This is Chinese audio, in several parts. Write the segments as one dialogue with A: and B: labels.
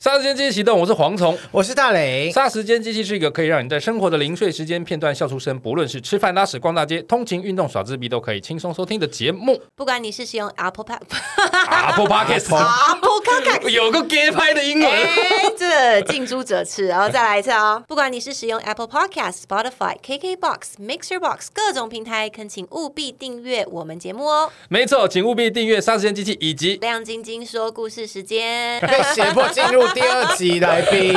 A: 霎时间机器启动，我是蝗虫。
B: 我是大雷，
A: 霎时间机器是一个可以让你在生活的零碎时间片段笑出声，不论是吃饭、拉屎、逛大街、通勤、运动、耍自闭，都可以轻松收听的节目。
C: 不管你是使用 Apple Pay、
A: Apple Podcast
C: Apple c a c a
A: 有个 gay 拍的英文。
C: 哎，这近朱者赤，然后再来一 次哦。不管你是使用 Apple Podcast、Spotify、KKBox、Mixer Box 各种平台，恳请务必订阅我们节目哦。
A: 没错，请务必订阅霎时间机器以及
C: 亮晶晶说故事 时间，
B: 被胁迫进入第二集来 宾。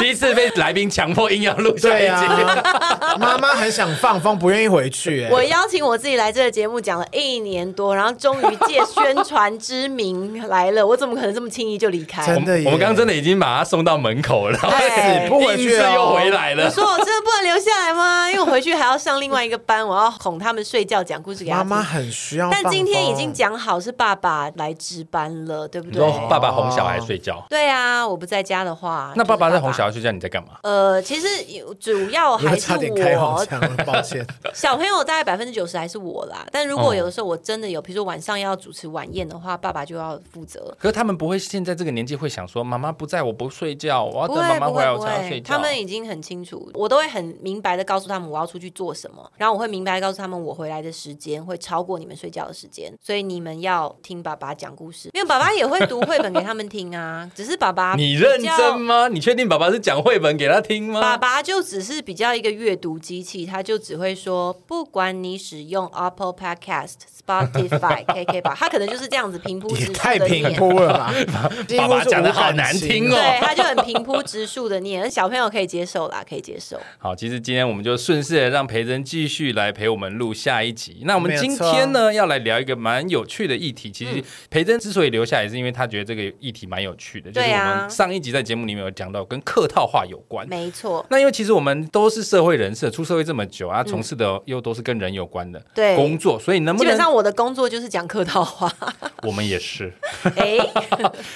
A: 第一次被来宾强迫硬要录下一
B: 对
A: 集。
B: 啊，妈妈很想放风，不愿意回去、
C: 我
B: 哎，
C: 邀请我自己来这个节目讲了一年多，然后终于借宣传之名来了，我怎么可能这么轻易就离开？
B: 真的耶，
A: 我们刚刚真的已经把他送到门口了，然后
B: 死不
A: 硬
B: 回去
A: 是
B: 哦
A: 又回来了
C: 我。说我真的不能留下来吗？因为我回去还要上另外一个班，我要哄他们睡觉，讲故事给他
B: 妈
C: 听
B: 妈很需要放
C: 但
B: 风。
C: 今天已经讲好是爸爸来值班了，对不
A: 你
C: 对？
A: 说爸爸哄小孩睡觉，
C: 对啊，我不在家的话，
A: 哦那爸爸在哄小
C: 孩。
A: 孩睡觉，你在干嘛？
C: 呃，其实主要
B: 我
C: 还是
B: 差点开黄
C: 我
B: 腔，抱歉。
C: 小朋友大概百分之九十还是我啦。但如果
A: 哦
C: 有的时候我真的有，比如说晚上要主持晚宴的话，爸爸就要负责。
A: 可是他们不会现在这个年纪会想说，妈妈不在，我不睡觉，我要
C: 不
A: 等哦
C: 会
A: 妈妈
C: 不
A: 回来
C: 会
A: 我
C: 不
A: 才要睡
C: 会，
A: 觉。
C: 他们已经很清楚，我都会很明白的告诉他们我要出去做什么，然后我会明白地告诉他们我回来的时间会超过你们睡觉的时间，所以你们要听爸爸讲故事，因为爸爸也会读绘本给他们听啊， 只是爸爸
A: 你认
C: 比较
A: 真吗？你确定爸爸是讲绘本给他听吗？
C: 爸爸就只是比较一个阅读机器，他就只会说，不管你使用 Apple Podcast、Spotify、KK 吧，他可能就是这样子平铺直
B: 也
C: 述
B: 太
C: 的
B: 平
C: 念。
B: 铺了 吧！几
A: 爸
B: 乎
A: 爸
B: 是
A: 讲的
B: 无
A: 好
B: 感
A: 难
B: 情
A: 听
C: 对，
A: 哦。
C: 他就很平铺直述的念，小朋友可以接受啦，可以接受。
A: 好，其实今天我们就顺势地让培珍继续来陪我们录下一集。那我们
B: 没有
A: 今
B: 错
A: 天呢，要来聊一个蛮有趣的议题。其
C: 嗯
A: 实培珍之所以留下来，是因为他觉得这个议题蛮有趣的，就是
C: 对
A: 我
C: 啊
A: 们上一集在节目里面有讲到跟客套话有关。
C: 没错，
A: 那因为其实我们都是社会人士，出社会这么久啊，从事的又都是跟人有关的
C: 对
A: 工作，所以能不
C: 基本
A: 能
C: 上我的工作就是讲客套话。
A: 我们也是，
C: 哎，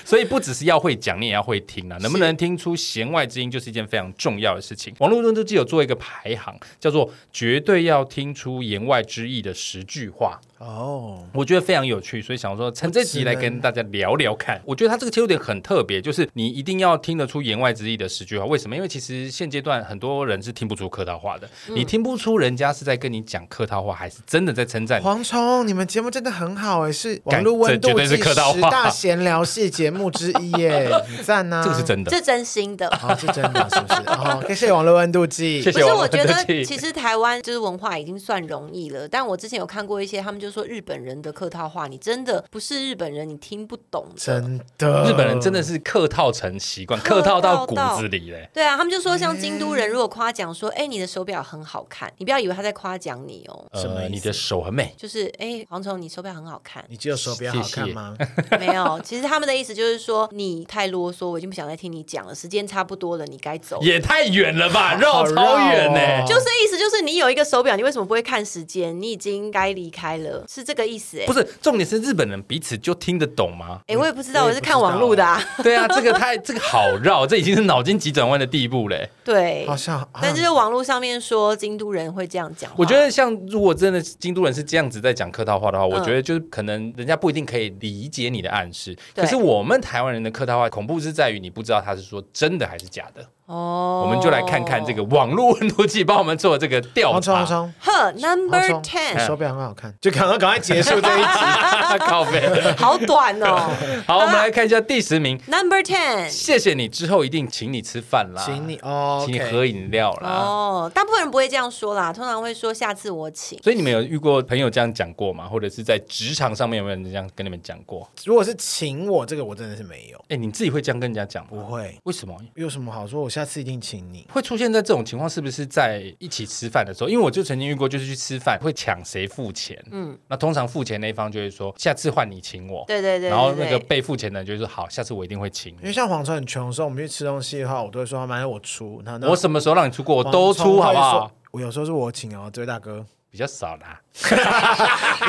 A: 所以不只是要会讲，你也要会听啊。能不能听出弦外之音，就是一件非常重要的事情。网络论周记有做一个排行，叫做“绝对要听出言外之意的十句话
B: 哦”，，
A: 我觉得非常有趣，所以想说趁这集来跟大家聊聊看。我觉得它这个切入点很特别，就是你一定要听得出言外之意的十句话。为什么？因为其实现阶段很多人是听不出客套话的，你听不出人家是在跟你讲客套话，还是真的在称赞你。
B: 蝗虫，你们节目真的很好哎，是
A: 干
B: 网络温
A: 这绝
B: 度
A: 对是
B: 计
A: 客套
B: 十
A: 话
B: 大闲聊系节目之一耶，很赞呐！
A: 这个是真的，
C: 这真心的。
B: 哦，是真的，是不是？哦，谢谢网络温度计，
A: 谢
C: 不
A: 谢
C: 是，
A: 网
C: 我
A: 络
C: 觉
A: 论周
C: 得
A: 记
C: 其实台湾就是文化已经算容易了，但我之前有看过一些，他们就说日本人的客套话，你真的不是日本人，你听不懂的。
B: 真的，
A: 日本人真的是客套成习惯，客
C: 客
A: 套
C: 套
A: 到
C: 到
A: 骨子里嘞。
C: 对啊，他们就说像京都人如果夸奖说，哎、你的手表很好看，你不要以为他在夸奖你哦，
B: 什么
A: 呃，
B: 意思
A: 你的手很美，
C: 就是哎，黄虫你手表很好看，
B: 你只有手表好看 吗？
C: 没有，其实他们的意思就是说你太啰嗦，我已经不想再听你讲了，时间差不多了，你该走。
A: 也太远了吧，绕
B: 好
A: 超远呢、
B: 绕哦
C: 就是意思就是你有一个手表，你为什么不会看时间？你已经该离开了，是这个意思哎、
A: 不是，重点是日本人彼此就听得懂吗？
C: 哎、我也不知道，
B: 我
C: 我
B: 也不
C: 是看网路的、啊。
A: 对 啊，这个太这个好绕，这已经是脑筋急转弯的地步嘞。
C: 对，
B: 好像，啊
C: 但是网络上面说京都人会这样讲话，
A: 嗯我觉得像如果真的京都人是这样子在讲客套话的话，我
C: 嗯
A: 觉得就是可能人家不一定可以理解你的暗示。
C: 对
A: 可是我们台湾人的客套话恐怖是在于你不知道他是说真的还是假的。
C: 哦，
A: 我们就来看看这个网络温度计帮我们做这个调
B: 蝗虫，蝗
A: 查。
B: 虫，
C: 呵 number
B: 蝗虫
A: 嗯
C: ten
B: 你手表很好看，就赶快赶快结束这一集。
A: 靠背。
C: 好短哦。
A: 好，我们来看一下第十名。
C: Number ten。
A: 谢谢你之后一定请你吃饭啦，
B: 请你哦，
A: 请你喝饮料啦。
C: 哦，大部分人不会这样说啦，通常会说下次我请。
A: 所以你们有遇过朋友这样讲过吗？或者是在职场上面有没有人这样跟你们讲过？
B: 如果是请我，这个我真的是没有，
A: 哎，你自己会这样跟人家讲吗？
B: 不会。
A: 为什么？
B: 有什么好说？我下次一定请你。
A: 会出现在这种情况，是不是在一起吃饭的时候？因为我就曾经遇过，就是去吃饭会抢谁付钱，嗯，那通常付钱那一方就会说下次换你请我，
C: 对对对对对
A: 然后那个被付钱的人就会说好，下次我一定会请
B: 因
A: 你。
B: 为像蝗虫很穷的时候，我们去吃东西的话，我都会说反正我出，然后那
A: 我什么时候让你出过，我都
B: 蝗虫
A: 出
B: 会
A: 好不好
B: 说？？我有时候是我请哦，这位大哥，
A: 比较少啦，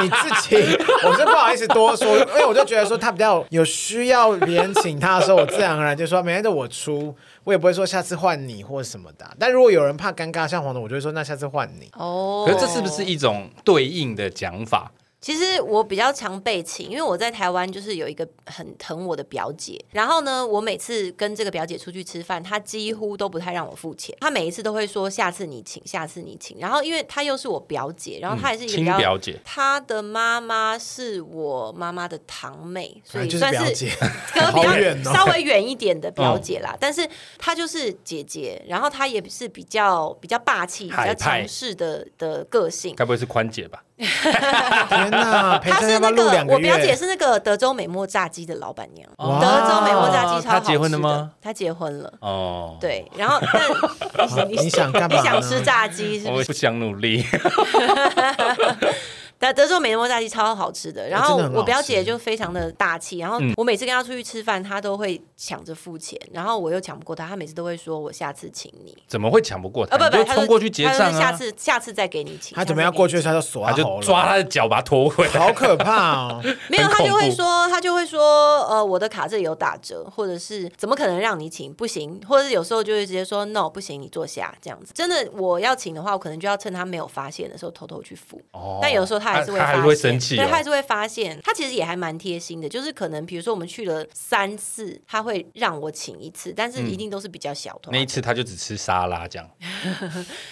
B: 你自己， 我是不好意思多说，因为我就觉得说他比较有需要别人请他的时候，我自然而然就说没关系，我出，我也不会说下次换你或什么的啊。但如果有人怕尴尬，像黄总，我就会说那下次换你。
C: 哦，
A: 可是这是不是一种对应的讲法？
C: 其实我比较常被请，因为我在台湾就是有一个很疼我的表姐，然后呢，我每次跟这个表姐出去吃饭，她几乎都不太让我付钱，她每一次都会说下次你请，下次你请。然后因为她又是我表姐，然后她也是一个比
A: 亲
C: 较
A: 嗯表姐，
C: 他的妈妈是我妈妈的堂妹，所
B: 反
C: 以
B: 正啊就是
C: 算
B: 表
C: 是
B: 姐，
C: 隔比
B: 好远
C: 较
B: 哦
C: 稍微远一点的
A: 嗯
C: 表姐啦。但是她就是姐姐，然后她也是比较比较霸气、比
A: 海
C: 较
A: 派
C: 强势的的个性。
A: 该不会是宽姐吧？
B: 天哪！ 培
C: 她
B: 生要
C: 哎是
B: 不要
C: 那
B: 录两
C: 个
B: 个
C: 我表姐
B: 月？
C: 是那个德州美墨炸鸡的老板娘，
B: 哇
C: 德州美墨炸鸡超好
A: 她
C: 吃的。
A: 结婚了吗？
C: 她结婚了。
A: 哦，，
C: 对， 然后但你
B: 你想干嘛
C: 你
B: 呢？
C: 想吃炸鸡是不
A: 我
C: 是？
A: 不想努力，
C: 但德州美墨炸鸡超好吃的，然
B: 哎真
C: 后
B: 的很好
C: 我表
B: 吃嗯
C: 姐就非常的大气，然后我每次跟她出去吃饭，她都会抢着付钱，然后我又抢不过她，她每次都会说我下次请你，
A: 怎么会抢不过她？
C: 啊不
A: 你
C: 不，
A: 就
C: 她
A: 冲
C: 说
A: 过去结
C: 她说
A: 账
C: 下
A: 啊！
C: 次下次再给你请，
B: 他准备
C: 下
B: 要
C: 次再给你
B: 过去的时候，他就锁
A: 他
B: 喉
A: 就
B: 了，
A: 抓她的脚，把她拖回来。
B: 好可怕 哦！
C: 没有，
A: 很
C: 她就
A: 恐
C: 会
A: 怖
C: 说她就会说呃我的卡这里有打折，或者是怎么可能让你请，不行，或者是有时候就会直接说 no 不行，你坐下这样子。真的我要请的话，我可能就要趁她没有发现的时候偷偷去付。
A: 哦
C: 但有时候他还是会
A: 她
C: 发
A: 她还
C: 现，
A: 是会生气
C: 对，他还
A: 哦。
C: 是会发现。他其实也还蛮贴心的，就是可能比如说我们去了三次，他会让我请一次，但是
A: 嗯
C: 一定都是比较小团，
A: 那一次她就只吃沙拉这 样，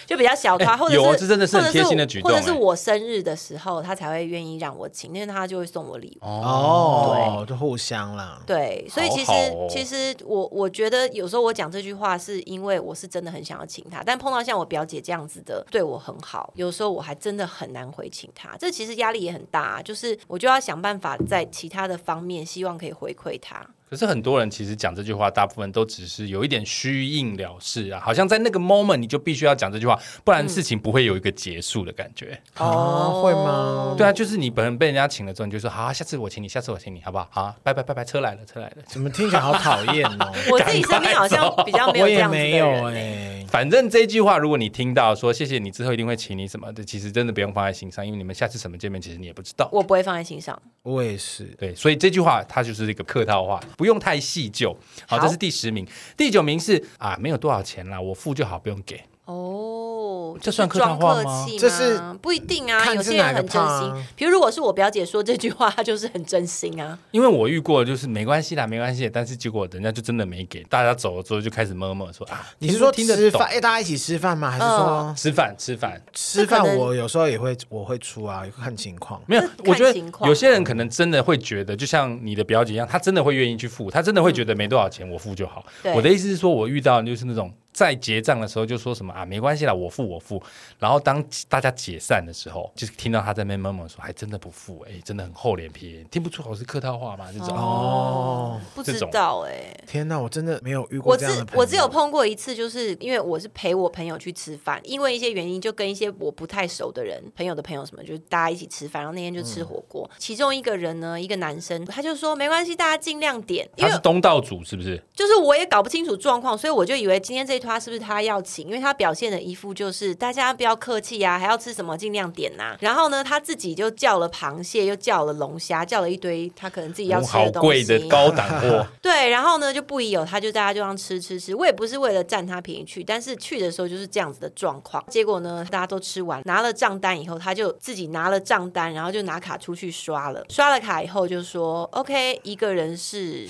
C: 就比较小团，或者
A: 有哦
C: 是
A: 这真的是很
C: 或者
A: 贴心的举动
C: 或者是
A: 哎
C: 我生日的时候，他才会愿意让我请，因为他就会送我礼物。
B: 哦，就互相啦。
C: 对，所以其实、
A: 好好哦
C: 其实我我觉得有时候我讲这句话是因为我是真的很想要请他，但碰到像我表姐这样子的对我很好，有时候我还真的很难回请他，这其实压力也很大、啊，就是我就要想办法在其他的方面，希望可以回馈他。
A: 可是很多人其实讲这句话，大部分都只是有一点虚应了事啊，好像在那个 moment 你就必须要讲这句话，不然事情不会有一个结束的感觉。
C: 嗯
B: 哦，会吗？
A: 对啊，就是你本人被人家请了之后，你就说好、下次我请你，下次我请你，好不好？好、拜拜拜拜，车来了，车来了。
B: 怎么听起来好讨厌 哦？
C: 我自己身边好像比较没有
B: 我
C: 这
B: 也
C: 样子的
B: 没有
C: 人、欸。
B: 哎，
A: 反正这句话，如果你听到说谢谢你之后一定会请你什么的，其实真的不用放在心上，因为你们下次什么见面，其实你也不知道。
C: 我不会放在心上。
B: 我也是。
A: 对，所以这句话它就是一个客套话，不用太细究。好，
C: 好
A: 这是第十名，第九名是啊，没有多少钱啦，我付就好，不用给。
C: 哦，
A: 这
C: 就是
A: 算客套
C: 装客
A: 话吗
C: 气
B: 这是
C: 不一定啊，
B: 看
C: 有
B: 是
C: 些
B: 哪
C: 人
B: 个
C: 很真
B: 怕
C: 心
B: 啊。
C: 比如如果是我表姐说这句话，她就是很真心啊。
A: 因为我遇过，就是没关系啦，没关系，但是结果人家就真的没给，大家走了之后就开始摸摸说啊，
B: 你是说
A: 听得
B: 吃
A: 懂
B: 饭？哎，大家一起吃饭吗？还是说
A: 吃饭吃饭，
B: 吃
C: 这嗯可
B: 饭？
C: 能
B: 我有时候也会，我会出啊，看情况。
A: 没有
C: 这，
A: 我觉
C: 看
A: 得
C: 情况
A: 有些人可能真的会觉得，就像你的表姐一样，她真的会愿意去付，她真的会觉得没多少钱，我付就好。
C: 对
A: 我的意思是说，我遇到的就是那种在结账的时候就说什么啊，没关系啦，我付我付。然后当大家解散的时候，就是听到她在那边闷闷说，还真的不付，哎、真的很厚脸皮，听不出口是客套话吗？这种、
B: 哦，
C: 不
A: 这
C: 知
A: 种
C: 道哎、
B: 天哪，我真的没有遇过
C: 我
B: 这
C: 只
B: 样的朋友。
C: 我只有碰过一次，就是因为我是陪我朋友去吃饭，因为一些原因就跟一些我不太熟的人、朋友的朋友什么，就是大家一起吃饭，然后那天就
B: 嗯
C: 吃火锅。其中一个人呢，一个男生，他就说没关系，大家尽量点，因
A: 她
C: 为
A: 是东道主是不是？
C: 就是我也搞不清楚状况，所以我就以为今天这一桌是不是他要请，因为他表现的一副就是大家不要客气啊呀、还要吃什么尽量点呐、然后呢，他自己就叫了螃蟹，又叫了龙虾，叫了一堆他可能自己要
A: 哦
C: 吃
A: 好
C: 的东
A: 贵
C: 西。
A: 的高档货，
C: 对，然后呢就不疑有他，就大家就这样吃吃吃。我也不是为了占他便宜去，但是去的时候就是这样子的状况。结果呢，大家都吃完，拿了账单以后，他就自己拿了账单，然后就拿卡出去刷了。刷了卡以后就说：“OK，一个人是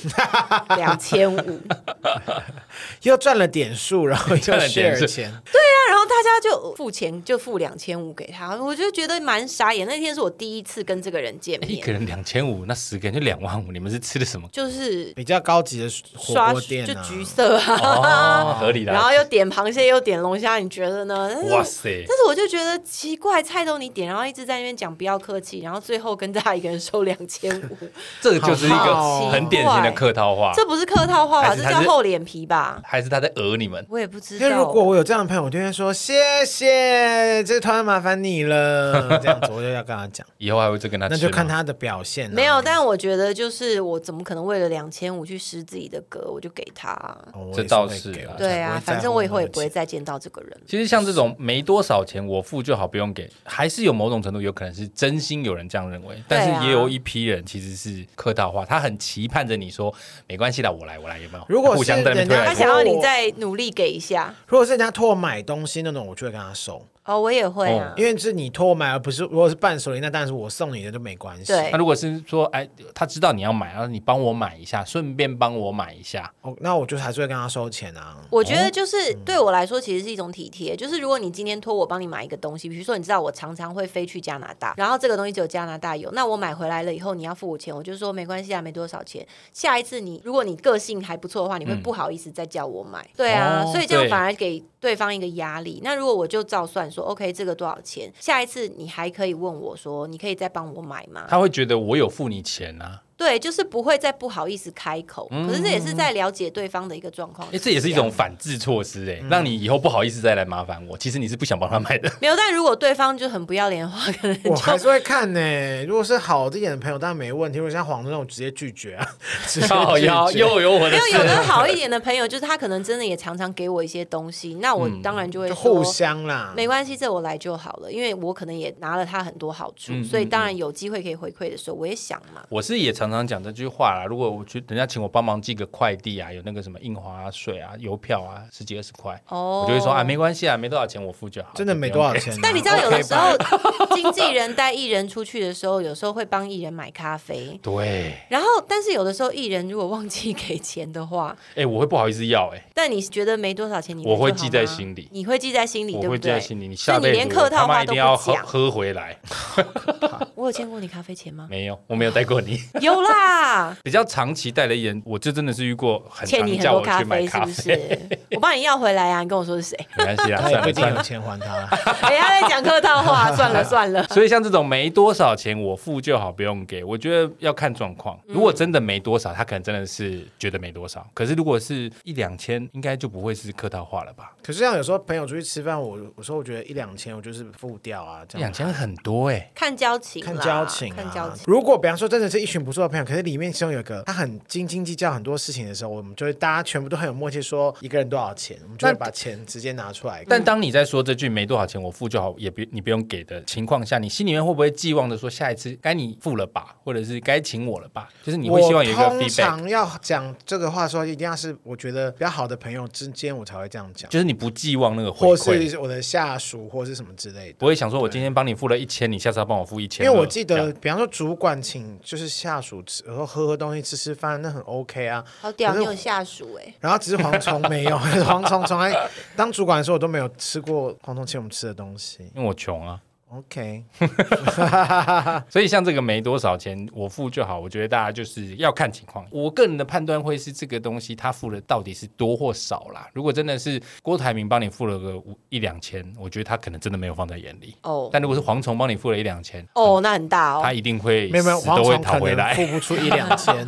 C: 两千五。”
B: 又赚了点数，然后又
A: 赚了点
B: share
A: 数
B: 钱，
C: 然后大家就付钱，就付两千五给他，我就觉得蛮傻眼。那天是我第一次跟这个人见
A: 哎一
C: 面，？
A: 个人两千五，那十个人就两万五，你们是吃的什么
C: 就是
B: 比较高级的火
C: 刷
B: 锅店
C: 就
B: 啊。
C: 橘色啊，
A: 哦，合理的
C: 然
A: 啊。
C: 后又点螃蟹，又点龙虾，你觉得呢？但是
A: 哇
C: 我
A: 塞！
C: 但是我就觉得奇怪，菜都你点，然后一直在那边讲不要客气，然后最后跟大家一个人收两千五，
A: 这个就是一
B: 好
A: 个
B: 奇
A: 很典型的
C: 怪
A: 客套
B: 啊
A: 话，
C: 这不是客套话吧？
A: 还是
C: 这
A: 他
C: 叫
A: 是
C: 厚脸皮吧？
A: 还是他在讹你们？
C: 我也不知
B: 因为如
C: 道。
B: 果我有这样的朋友，我就会说谢谢，这团麻烦 你了，这样子我就要跟他讲，
A: 以后还会再跟他吃
B: 那
A: 吗？
B: 就看他的表现啊、
C: 没有，但我觉得就是我怎么可能为了两千五去失自己的格，我就给他啊、
B: 哦，我
A: 这
B: 也
A: 倒
B: 会
A: 是
B: 给
A: 啊
B: 我才
C: 对
B: 不
C: 啊
B: 会，在
C: 反正
B: 乎
C: 我以
B: 那
C: 后也
B: 个
C: 不会
B: 钱
C: 再见到这个人。
A: 其实像这种没多少钱，我付就好，不用给，还是有某种程度有可能是真心有人这样认为，但
C: 对啊
A: 是也有一批人其实是客套话，他很期盼着你说没关系的，我来我来，有没有？
B: 如果是
A: 互相在那边推
B: 人家
A: 来
C: 他
A: 推
C: 想
A: 去，
C: 要你再努力给一下，
B: 如果是人家托我买东西那种，我就会跟他收。
C: 哦，我也会啊
A: 哦，
B: 因为是你托我买，而不是如果是伴手礼，那当然是我送你的，就没关系。
C: 对
A: 那如果是说，哎，他知道你要买，然后你帮我买一下，顺便帮我买一下，
B: 哦，那我就还是会跟他收钱啊。
C: 我觉
A: 哦
C: 得就是
A: 嗯
C: 对我来说，其实是一种体贴。就是如果你今天托我帮你买一个东西，比如说你知道我常常会飞去加拿大，然后这个东西只有加拿大有，那我买回来了以后你要付我钱，我就说没关系啊，没多少钱。下一次你如果你个性还不错的话，你会不好意思再叫我买。对啊，
A: 嗯哦
C: 所以这样
A: 对
C: 反而给对方一个压力。那如果我就照算说，OK，这个多少钱？下一次你还可以问我说，你可以再帮我买吗？
A: 他会觉得我有付你钱啊。
C: 对，就是不会再不好意思开口。可是这也是在了解对方的一个状况。
A: 嗯哎，这也是一种反制措施、哎、让你以后不好意思再来麻烦我。其实你是不想帮他买的，
C: 没有，但如果对方就很不要脸的话，可能
B: 我
C: 就
B: 还是会看呢、如果是好一点的朋友，当然没问题。如果像黄的那种，直接拒绝啊， 直接
A: 靠
B: 拒
A: 腰
B: 绝，
A: 哦又有我
C: 没
A: 的
C: 有有
A: 事。
C: 的好一点的朋友，就是他可能真的也常常给我一些东西，那我当然就会
B: 就
C: 说
B: 互。相啊啦。
C: 没关系，这我来就好了，因为我可能也拿了他很多好处，
A: 嗯
C: 所以
A: 嗯
C: 当然有机会可以回馈的时候，我也想嘛。
A: 我是也常常讲这句话啦。如果我去人家请我帮忙寄个快递啊，有那个什么印花税啊、邮票啊，十几二十块，
C: 哦，
A: 我就会说啊，没关系啊，没多少钱，我付就好。
B: 真的
A: 就不
B: 没
A: 用
B: 多少
A: 给。
B: 钱啊、
C: 但你知道，有的
B: OK
C: 时
B: 吧
C: 候 经纪人带艺人出去的时候，有时候会帮艺人买咖啡，
A: 对，
C: 然后但是有的时候艺人如果忘记给钱的话，
A: 哎、我会不好意思要、哎，
C: 但你觉得没多少钱你，
A: 我会记在心里
C: 你会记在心里，
A: 我
C: 对不
A: 会
C: 对？
A: 记在心里。你
C: 所以
A: 下
C: 你
A: 辈
C: 连
A: 子
C: 客
A: 我
C: 套
A: 他
C: 话
A: 妈一
C: 都
A: 定
C: 不
A: 要喝
C: 讲。
A: 喝回来。
C: 我有见过你咖啡钱吗？
A: 没有，我没有带过你。
C: 有啦，
A: 比较长期带的艺人，我就真的是遇过很
C: 欠
A: 常
C: 你很
A: 叫
C: 多
A: 我
C: 咖
A: 去买
C: 啡是
A: 咖
C: 不
A: 啡，
C: 是？ 我帮你要回来啊！你跟我说是谁？
A: 没关系啦，
B: 他也
A: 算
B: 不一
A: 了
B: 定
A: 算
B: 有
A: 了。
B: 钱还他啦。
C: 哎呀，他在讲客套话，算了算了。
A: 所以像这种没多少钱我付就好，不用给，我觉得要看状况。如
B: 嗯
A: 果真的没多少，他可能真的是觉得没多少。可是如果是一两千，应该就不会是客套话了吧？
B: 可是像有时候朋友出去吃饭，我我说我觉得一两千，我就是付掉啊，
A: 一
B: 这样
A: 两。千很多哎、
B: 欸
C: 看交情啦，
B: 看交情、啊，
C: 看交情。
B: 如果比方说真的是一群不错的朋友，可是里面其中有一个他很斤斤计较很多事情的时候，我们就会大家全部都很有默契，说一个人多少钱，我们就会
A: 那
B: 把钱直接拿出来。
A: 嗯但当你在说这句“没多少钱，我付就好”，也不你不用给的情况下，你心里面会不会寄望着说下一次该你付了吧，或者是该请我了吧？就是你会希望有一个
B: 我通
A: feedback，
B: 常要讲这个话的时候，一定要是我觉得比较好的朋友之间，我才会这样讲，
A: 就是你不寄望那个回
B: 或
A: 馈，
B: 是我的下属，或是什么之类的。
A: 不会想说我今天帮你付了一千，你下次要帮我付一千
B: 因
A: 二。
B: 为我记
A: 这
B: 得，
A: 样
B: 比方说主管请就是下属吃，然后喝喝东西、吃吃饭，那很 OK 啊。
C: 好屌，
B: 可
C: 你
B: 是
C: 有下属哎、
B: 然后只是蝗虫 没有，蝗虫从来当主管的时候我都没有吃过蝗虫请我们吃的东西。
A: 因为我穷啊，
B: OK，
A: 所以像这个没多少钱，我付就好。我觉得大家就是要看情况。我个人的判断会是这个东西他付的到底是多或少啦。如果真的是郭台铭帮你付了个五一两千，我觉得他可能真的没有放在眼里。
C: 哦
A: 但如果是蝗虫帮你付了一两千，
C: 哦，那很大
A: 他
C: 哦。
A: 一定会
B: 没有没有，
A: 死都
B: 蝗
A: 会
B: 虫
A: 讨
B: 可
A: 回
B: 能
A: 来。
B: 付不出一两 千，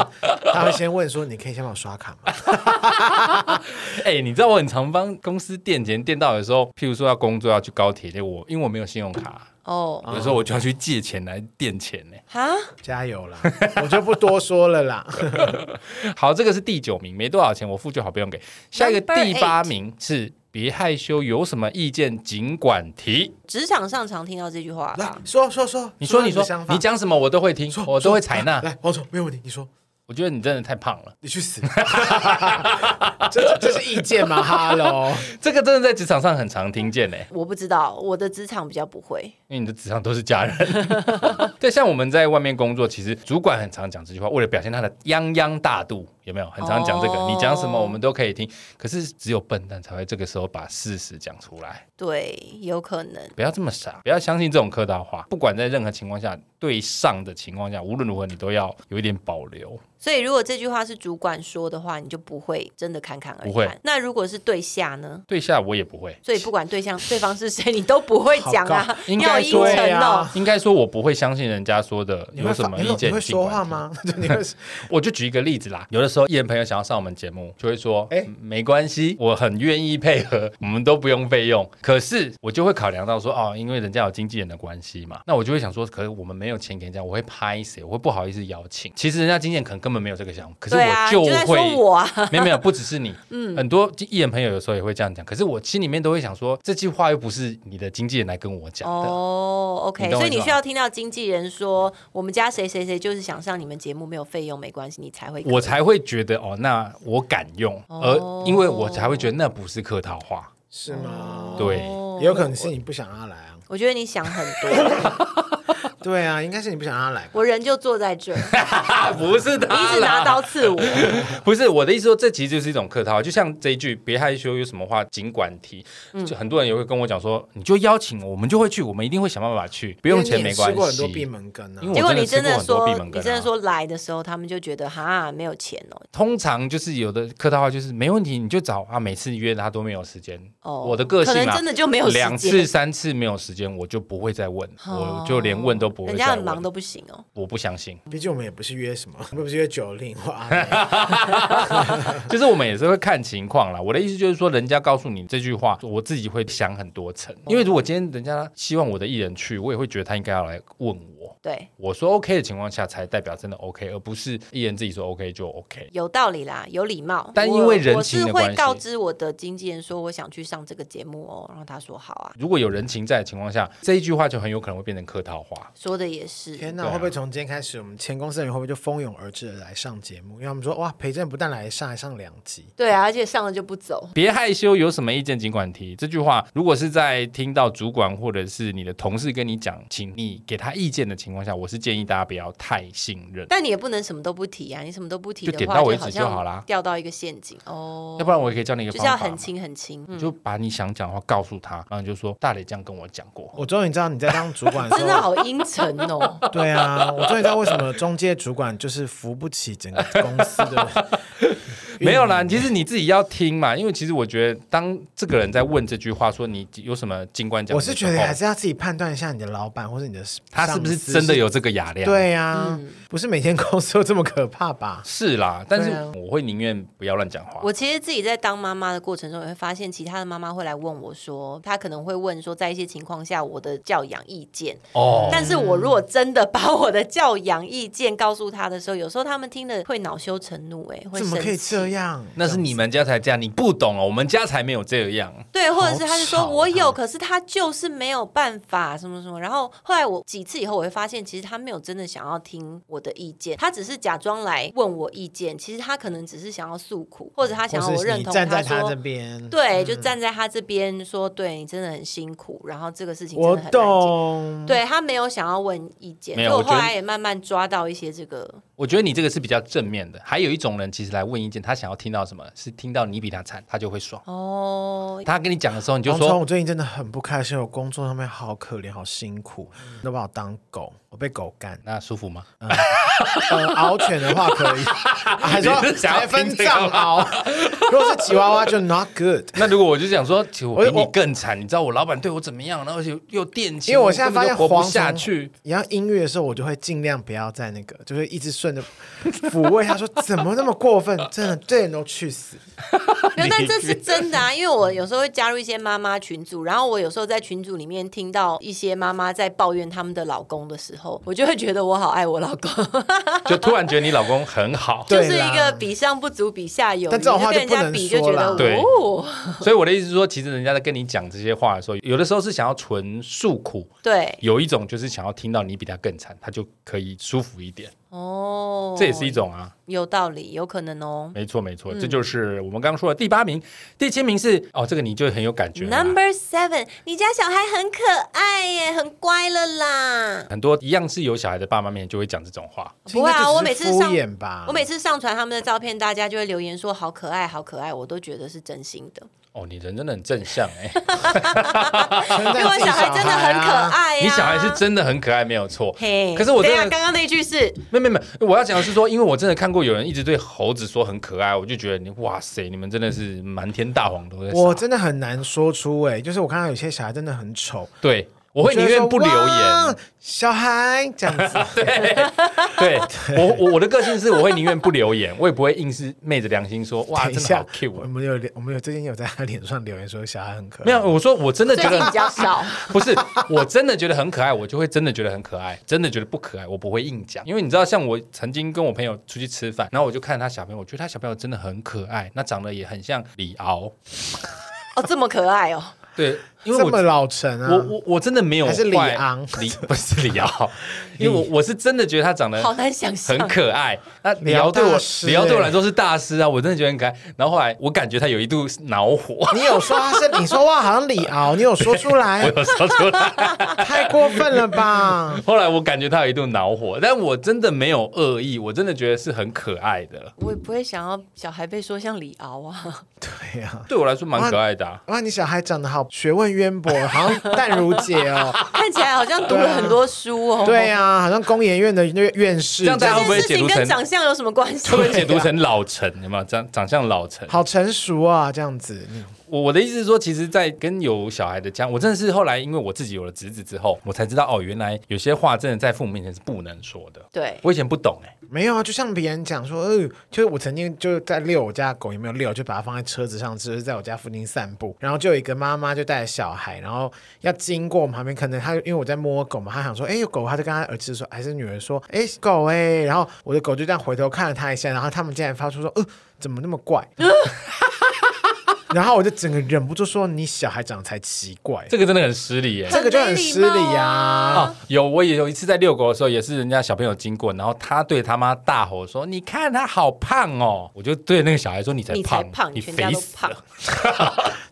B: 他会先问说：“你可以先帮我刷卡吗
A: 哎、你知道我很常帮公司垫钱垫到有时候，譬如说要工作要去高铁，我因为我没有信用卡，
C: 哦
A: 有时候我就要去借钱来垫钱呢、
C: 哈，？”
B: 加油啦，我就不多说了 啦。
A: 好，这个是第九名，没多少钱，我付就好，不用给。下一个
C: Number
A: 第八名是别害羞，有什么意见尽管提。
C: 职场上常听到这句话
B: 来
C: 吧？
B: 说说说，
A: 你说，你
B: 你
A: 说
B: 的想，法
A: 你讲什么我都会听，我都会采纳
B: 说。来，蝗虫没有问题，你说
A: 我觉得你真的太胖了，
B: 你去死， 这这是意见吗？Hello，
A: 这个真的在职场上很常听见呢、
C: 我不知道，我的职场比较不会。
A: 因为你的职场都是家人。 对，像我们在外面工作，其实主管很常讲这句话，为了表现他的泱泱大度，有没有？很常讲这个，
C: 哦
A: 你讲什么我们都可以听。可是只有笨蛋才会这个时候把事实讲出来。
C: 对，有可能。
A: 不要这么傻，不要相信这种客套话。不管在任何情况下，对上的情况下，无论如何你都要有一点保留。
C: 所以如果这句话是主管说的话，你就不会真的侃侃而
A: 不会
C: 谈。那如果是对下呢？
A: 对下我也不会，
C: 所以不管对象对方是谁，你都不会讲
B: 好
C: 啊，
A: 应
C: 要
A: 该
C: 阴
A: 说
C: 沉哦。
A: 应该说我不会相信人家说的
B: 你
A: 有
B: 会
A: 什
B: 发
A: 么
B: 你
A: 意
B: 会
A: 见。
B: 你会说话？吗？就 你会
A: 我就举一个例子啦，有的时候艺人朋友想要上我们节目，就会说：“哎、
B: 哎
A: 没关系，我很愿意配合，我们都不用费用。”可是我就会考量到说：“哦，因为人家有经纪人的关系嘛，那我就会想说，可是我们没有钱给人家，我会拍谁？我会不好意思邀请。其实人家经纪人可能根本没有这个想法，可是
C: 对啊，
A: 我
C: 你
A: 就
C: 就在
A: 会、
C: 说我啊，
A: 没有没有，不只是你，很多艺人朋友有时候也会这样讲。可是我心里面都会想说，这句话又不是你的经纪人来跟我讲的。
C: 哦，OK，
A: 你懂我
C: 所以
A: 意思
C: 你
A: 吧
C: 需要听到经纪人说，我们家谁谁谁就是想上你们节目，没有费用没关系，你才会
A: 我才会觉得哦，那我敢用，
C: 哦
A: 而因为我才会觉得那不是客套话。
B: 是吗？
A: 对
C: 哦
B: 也有可能是你不想让他来啊。
C: 我觉得你想很多，
B: 对啊，应该是你不想让他来吧。
C: 我人就坐 在这儿，你
A: 啊，不是他啦，
C: 一直拿刀刺我，
A: 不是我的意思说，这其实就是一种客套，就像这一句“别害羞，有什么话尽管提”，
C: 嗯
A: 就很多人也会跟我讲说，你就邀请我，我们就会去，我们一定会想办法去，不
B: 不
A: 用钱没关
B: 吃过很多闭
A: 系。
B: 门羹啊
A: 因为。
C: 结
A: 我真
C: 果
A: 的
C: 你
A: 吃
C: 真
A: 过
C: 的
A: 很多
C: 说
A: 闭门
C: 你
A: 羹
C: 真的
A: 啊。
C: 说来的时候，他们就觉得哈没有钱哦，
A: 通常就是有的客套话就是没问题，你就找啊，每次约他都没有时间。
C: 哦
A: 我的个性
C: 可能
A: 啊
C: 真，的就没有时间
A: 两次三次没有时间，我就不会再问，
C: 哦
A: 我就连问都不会
C: 人家
A: 再
C: 很忙
A: 问。
C: 都不行哦。
A: 我不相信，
B: 毕竟我们也不是约什么， 我们不是约九令或阿妹
A: 就是我们也是会看情况啦。我的意思就是说，人家告诉你这句话，我自己会想很多层。
C: 哦
A: 因为如果今天人家希望我的艺人去，我也会觉得他应该要来问我。
C: 对，
A: 我说 OK 的情况下，才代表真的 OK，而不是艺人自己说 OK 就 OK。
C: 有道理啦，有礼貌。
A: 但
C: 我
A: 因为人情的
C: 我是
A: 关
C: 会
A: 系
C: 告知我的经纪人说我想去上这个节目哦，然后他说好啊，
A: 如果有人情在的情况下，这一句话就很有可能会变成客套话。
C: 说的也是。
B: 天哪，
A: 对啊
B: 会不会从今天开始，我们前公司的人会不会就蜂拥而至的来上节目？因为他们说哇，裴正不但来上，还上两集。
C: 对啊，而且上了就不走，
A: 别害羞，有什么意见尽管提。这句话，如果是在听到主管或者是你的同事跟你讲，请你给他意见的情况下，我是建议大家不要太信 任，
C: 但你也不能什么都不提啊，你什么都不提
A: 就
C: 的
A: 点
C: 话，
A: 到为止
C: 好
A: 就好啦
C: 像掉到一个陷阱哦。
A: 要不然我也可以教你一个
C: 就是
A: 方
C: 要
A: 法
C: 很
A: 嘛。
C: 轻很轻，
A: 你
C: 嗯，
A: 就把你想讲的话告诉他，然后你就说大磊这样跟我讲过。
B: 我终于知道你在当主管的 时
C: 真的
B: 候，
C: 好阴沉哦。
B: 对啊，我终于知道为什么中介主管就是扶不起整个公司 的运
C: 嗯
B: 营。
A: 没有啦，其实你自己要听嘛，因为其实我觉得，当这个人在问这句话，说你有什么金冠奖
B: 我
A: 的时
B: 是
A: 候，
B: 觉得还是要自己判断一下你的老板或者你的
A: 他是不是
B: 上司
A: 真的有嗯这个雅量？，
B: 对呀、不是每天公司都这么可怕吧？
A: 是啦，但是
B: 对啊
A: 我会宁愿不要乱讲话。
C: 我其实自己在当妈妈的过程中，也会发现其他的妈妈会来问我说，她可能会问说，在一些情况下我的教养意见，
A: 哦，
C: 但是我如果真的把我的教养意见告诉他的时候，有时候他们听了会恼羞成怒、哎，会
B: 怎么
C: 生
B: 可以
C: 气
B: 这？样？
A: 那是你们家才这样，你不懂哦，我们家才没有这样。
C: 对，或者是他就
B: 好
C: 说
B: 吵
C: 我有，
B: 啊
C: 可是他就是没有办法什么什么。然后后来我几次以后，我会发现其实他没有真的想要听我的意见，他只是假装来问我意见，其实他可能只是想要诉苦，或者他想要
B: 或
C: 我
B: 是
C: 认
B: 你
C: 同
B: 站在他
C: 说
B: 这。边，嗯
C: 对，就站在他这边说，对你真的很辛苦，然后这个事情真
B: 我
C: 的很难解。
B: 懂。
C: 对他没有想要问意见，
A: 没
C: 所
A: 有我
C: 以我
A: 觉得
C: 后来也慢慢抓到一些这个
A: 我觉得你这个是比较正面的。还有一种人其实来问意见，他想要听到什么？是听到你比他惨，他就会爽。
C: 哦，
A: 他跟你讲的时候，你就
B: 王聪，
A: 说
B: 我最近真的很不开心，我工作上面好可怜，好辛苦，
A: 嗯。
B: 都把我当狗，我被狗干
A: 那舒服吗？
B: 呃，獒犬的话可以，啊还说
A: 你是想要
B: 还分
A: 听这个
B: 藏獒，如果是吉娃娃就 not good。
A: 那如果我就想说，其实我
B: 我
A: 比你
B: 我
A: 更惨，你知道我老板对我怎么样，然后而且又惦记，
B: 因为我现在发现
A: 根本就活
B: 蝗
A: 不下
B: 虫
A: 去。
B: 你要音乐的时候，我就会尽量不要在那个，就是一直顺着抚慰他说怎么那么过分， 真的这人都去死。，
C: 没有，但这是真的啊，因为我有时候会加入一些妈妈群组，然后我有时候在群组里面听到一些妈妈在抱怨他们的老公的时候，我就会觉得我好爱我老公，
A: 就突然觉得你老公很好
C: 就
B: 对啦
C: 是一个比上不足，比下有余，
B: 但这种话
C: 就跟人
B: 就不
C: 家
B: 能
C: 比就
B: 说
C: 觉得
B: 啦
A: 对
C: 哦，
A: 所以我的意思是说，其实人家在跟你讲这些话的时候，有的时候是想要纯诉苦，
C: 对，
A: 有一种就是想要听到你比他更惨，他就可以舒服一点，
C: 哦，
A: 这也是一种啊，
C: 有道理，有可能哦。
A: 没错没错，
B: 嗯
A: 这就是我们刚刚说的第八名，第七名是哦，这个你就很有感觉啦。
C: Number seven，你家小孩很可爱耶，很乖了啦。
A: 很多一样是有小孩的爸妈面就会讲这种话，
C: 不会
B: 应该
C: 啊
B: 只是
C: 我每次
B: 敷
C: 上
B: 衍吧，
C: 我每次上传他们的照片，大家就会留言说好可爱，好可爱，我都觉得是真心的。
A: 哦，你人真的很正向 哎、
B: 称赞
C: 因为我
B: 自己
C: 小孩真的很可
B: 啊啊
C: 爱呀、
A: 你小孩是。真的很可爱，没有错。
C: 嘿，
A: 可是我
C: 对
A: 真
C: 呀，
A: 的
C: 刚刚那句是
A: 没没没，我要讲的是说，因为我真的看过有人一直对猴子说很可爱，我就觉得你哇塞，你们真的是瞒天大谎都在
B: 我
A: 撒
B: 真的很难说出哎、就是我看到有些小孩真的很丑，
A: 对，我会宁愿不留
B: 就会说
A: 言
B: 哇。小孩这 样子，
A: 对我我我的个性是，我会宁愿不留言，我也不会硬是昧着良心说哇，
B: 等一
A: 真的
B: 下
A: 好 cute
B: 我
A: 哦。
B: 们有我们有最近有在他脸上留言说小孩很可爱，
A: 没有，我说我真的
C: 最
A: 觉
C: 近
A: 得
C: 比较少，
A: 不是，我真的觉得很可爱，我就会真的觉得很可爱，真的觉得不可爱，我不会硬讲，因为你知道，像我曾经跟我朋友出去吃饭，然后我就看他小朋友，我觉得他小朋友真的很可爱，那长得也很像李敖，
C: 哦，这么可爱哦，
A: 对，因为
B: 这
A: 我
B: 么老成啊，
A: 我我我真的没有
B: 还是李
A: 坏
B: 昂
A: 李 不是李敖，因为我我是真的觉得他长得
C: 好难想象
A: 很。可爱。那李
B: 敖
A: 敖对我
B: 大师
A: 李敖对我
B: 欸
A: 来说是大师啊，我真的觉得很可爱。然后后来我感觉他有一度恼火，
B: 你有说他是你说哇，好像李敖，你有说出
A: 我
B: 来，
A: 有说出来。
B: 太过分了 吧？
A: 后来我感觉他有一度恼火，但我真的没有恶意，我真的觉得是很可爱的。
C: 我也不会想要小孩被说像李敖啊，
B: 对呀、
A: 对我来说蛮可爱的、啊。
B: 哇，你小孩长得好，学问渊博，好像淡如 姐哦。
C: 看起来好像读了很多书哦。
B: 对
A: 啊
B: 呀、好像工研院的院院士，
A: 这样大家
C: 这
A: 会不会
C: 件事
A: 解读
C: 情
A: 成
C: 跟长相有什么关系
A: 会？不会解读成老成？有没有长长相老成？
B: 好成熟啊，这样子。嗯
A: 我我的意思是说，其实，在跟有小孩的家，我真的是后来因为我自己有了侄子之后，我才知道哦，原来有些话真的在父母面前是不能说的。
C: 对，
A: 我以前不懂哎、
B: 没有啊，就像别人讲说，呃，就是我曾经就在遛我家狗，有没有遛，就把它放在车子上，只是在我家附近散步。然后就有一个妈妈就带着小孩，然后要经过我们旁边，可能她因为我在摸狗嘛，她想说，哎，有狗，她就跟她儿子说，还是女儿说，哎，狗哎、然后我的狗就这样回头看了她一下，然后他们竟然发出说，呃，怎么那么怪？ 然后我就整个忍不住说，你小孩长得才奇 怪，
A: 这个真的很失礼哎、
C: 啊
B: 这个就很失礼呀、
A: 哦，有我也有一次在遛狗的时候，也是人家小朋友经过，然后他对他妈大吼说：“你看他好胖哦！”我就对那个小孩说：“你才
C: 你才
A: 胖，
C: 胖，
A: 你
C: 全家
A: 肥
C: 都
A: 死
C: 胖
A: 了。。？”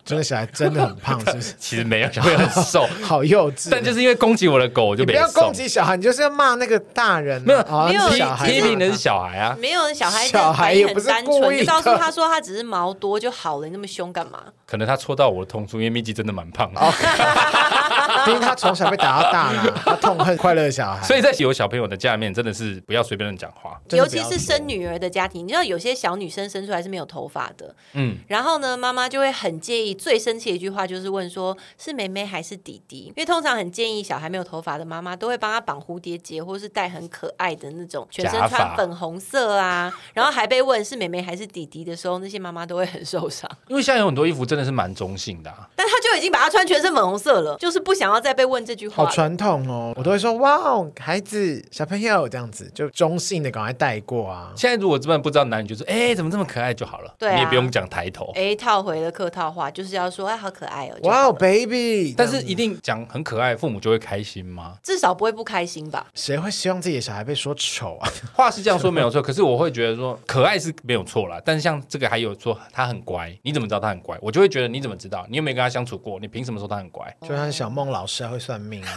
B: 真的小孩真的很胖，是不是
A: 其实没有，小朋友很瘦，
B: 好幼稚，啊
A: 但就是因为攻击我的狗，我就
B: 你不
A: 被
B: 要
A: 送
B: 攻击小孩，你就是要骂那个大人啊、
A: 没有
B: 哦
C: 没有
B: 那
A: 批
B: 小孩
A: 批评的是
B: 骂
A: 小孩啊，
C: 没有小孩，
B: 小孩也不
C: 很
B: 是
C: 单
B: 故
C: 纯，
B: 意
C: 就告诉
B: 的
C: 他说他只是毛多就好了，你那么凶干嘛？
A: 可能他戳到我的痛处，因为密集真的蛮胖的。
B: 他，毕竟他从小被打到大了，他痛恨快乐的小孩，
A: 所以在有小朋友的家里面，真的是不要随便乱讲话。
B: 真的
C: 尤
B: 不
C: 其
B: 要
C: 是生女儿的家庭，你知道有些小女生生出来是没有头发的，
A: 嗯，
C: 然后呢，妈妈就会很介意。最生气的一句话就是问说是妹妹还是弟弟，因为通常很建议小孩没有头发的妈妈都会帮他绑蝴蝶结，或是戴很可爱的那种全身
A: 假发
C: 穿粉红色啊，然后还被问是妹妹还是弟弟的时候，那些妈妈都会很受伤。
A: 因为现在有很多衣服真的是蛮中性的、
B: 嗯
A: 啊，
C: 但他就已经把它穿全身粉红色了，就是不想要再被问这句话
B: 好
C: 了。
B: 传统哦，我都会说哇哦，孩子小朋友这样子，就中性的赶快带过啊。
A: 现在如果真的不知道男女，就是哎、怎么这么可爱就好了，
C: 对啊
A: 你也不用讲抬头。
C: 哎，套回了客套话，就是要说哎，好可爱哦。就
B: 哇哦，baby！
A: 但
B: 这
A: 是
B: 样子
A: 一定讲很可爱，父母就会开心吗？
C: 至少不会不开心吧？
B: 谁会希望自己的小孩被说丑啊？
A: 话是这样说没有 错，可是我会觉得说可爱是没有错啦。但是像这个还有说他很乖，你怎么知道他很乖？我就会觉得你怎么知道？你有没有跟他相处过？你凭什么说他很乖？
C: 哦
B: 就像是小梦老师还会算命啊，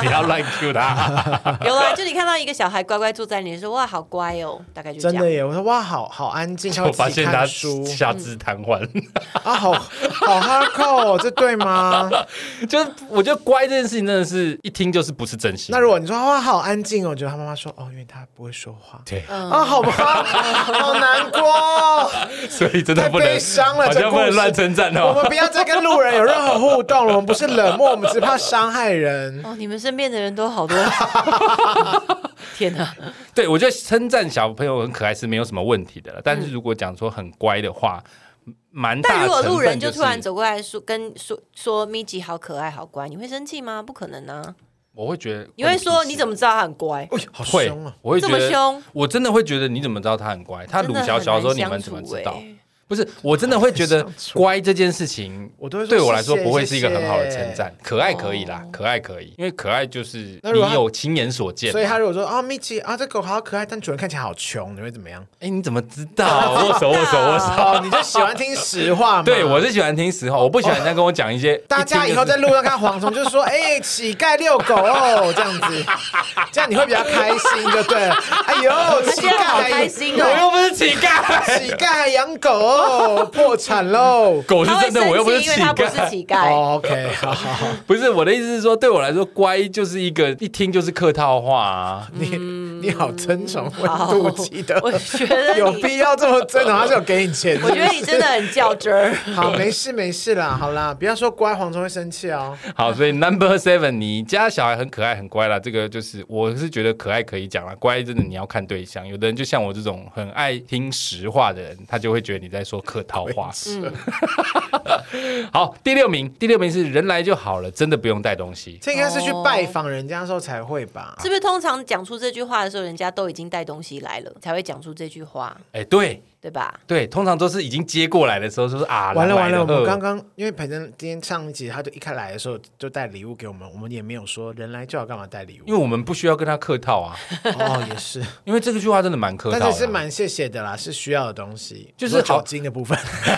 A: 你不要乱 Q 他。
C: 有啦，就你看到一个小孩乖乖坐在你说哇，好乖哦，大概就 这
B: 真的
C: 样。
B: 耶！我说哇，好好安静，他
A: 我
B: 会
A: 发
B: 自己
A: 现他
B: 看 书
A: 下肢瘫痪，
B: 啊，好好哈扣哦，这对吗？
A: 就是我觉得乖这件事情真的是一听就是不是真心。
B: 那如果你说哇好安静哦，我觉得他妈妈说哦，因为他不会说话。
A: 对
B: 啊，好吧，
C: 嗯
B: 好难过 哦，
A: 所以真的
B: 太
A: 不能
B: 悲伤了，
A: 好
B: 这
A: 像
B: 故
A: 不能
B: 事
A: 乱称赞
B: 我
A: 哦。
B: 们不要再跟路人有任何互动了，我们不是冷漠，我们只怕伤害人。
C: 哦，你们身边的人都好多，天哪！
A: 对，我觉得称赞小朋友很可爱是没有什么问题的了，但是如果讲说很乖的话，蛮
C: 但
A: 大的
C: 如果
A: 成分
C: 路人
A: 就
C: 就是突然，走过来说跟说说咪吉好可爱好乖，你会生气吗？不可能啊！
A: 我会觉得
C: 你会说
A: 关
C: 你
A: 屁事
C: 怎么知道他很乖？
B: 哎，好
A: 会
B: 凶啊！，
A: 我会觉
C: 这么
A: 得
C: 凶，
A: 我真的会觉得你怎么知道他很乖？他
C: 真
A: 鲁
C: 的
A: 小
C: 很
A: 小的时候
C: 难
A: 你们
C: 相
A: 怎么
C: 处
A: 知道
C: 欸？
A: 不是，我真的会觉得乖这件事情，
B: 我都会说
A: 对我来说
B: 谢谢
A: 不会是一个很好的
B: 谢谢哦
A: 称赞。可爱可以啦，可爱可以，因为可爱就是
B: 那如果
A: 你
B: 他
A: 有亲眼所见嘛。
B: 所以他如果说啊，米奇啊，这狗好可爱，但主人看起来好穷，你会怎 么样？
A: 哎，你怎么知道？ 握手握手握手。
B: 哦，你就喜欢听实话嘛。
A: 对，我是喜欢听实话，我不喜欢人家跟我讲一些。
B: 大家以后在路上看蝗虫，就说：“哎、乞丐遛狗哦，这样子，这样你会比较开心，就对了。”哎呦，乞
C: 现在
B: 丐
C: 好
B: 还
C: 开心
A: 一听就是，我
C: 哦。
A: 又不是乞 丐，
B: 乞丐还养狗哦，破产 喽。
A: 狗是
C: 他会
A: 真的，我又
C: 生
A: 不是
C: 气，因
A: 乞
C: 为他不是
A: 丐。
C: 乞丐。
B: 哦、o k 好好好，
A: 不是我的意思是说，对我来说，乖就是一个一听就是客套话啊。
B: 你、你好争宠温
C: 嗯好
B: 妒忌的，
C: 我觉 得
B: 有
C: 你，
B: 必要这么争宠？他是有给你钱
C: 我觉得你 真的很较真儿。
B: 好，没事没事啦，好啦，不要说乖，蝗虫会生气哦。
A: 好，所以 number seven，你家小孩很可爱很乖啦，这个就是我是觉得可爱可以讲啦，乖真的你要看对象，有的人就像我这种很爱听实话的人，他就会觉得你在说客套话。
C: 嗯
A: 好，第六名，第六名是人来就好了，真的不用带东西。
B: 这应该是去拜访人家的时候才会吧？
C: 是不是通常讲出这句话的时时候，人家都已经带东西来了，才会讲出这句话，
A: 哎，对
C: 对吧？
A: 对，通常都是已经接过来的时候，就是啊，
B: 完
A: 狼来
B: 了完了，我们
A: 呃
B: 刚刚因为培正今天上一集他就一开来的时候就带礼物给我们，我们也没有说人来就要干嘛带礼
A: 因
B: 物。
A: 为我们不需要跟他客套啊，
B: 哦，也是，
A: 因为这个句话真的蛮客套的啊，
B: 但是是蛮谢谢的啦，是需要的东西，
A: 就是
B: 酒
A: 好
B: 精的部分。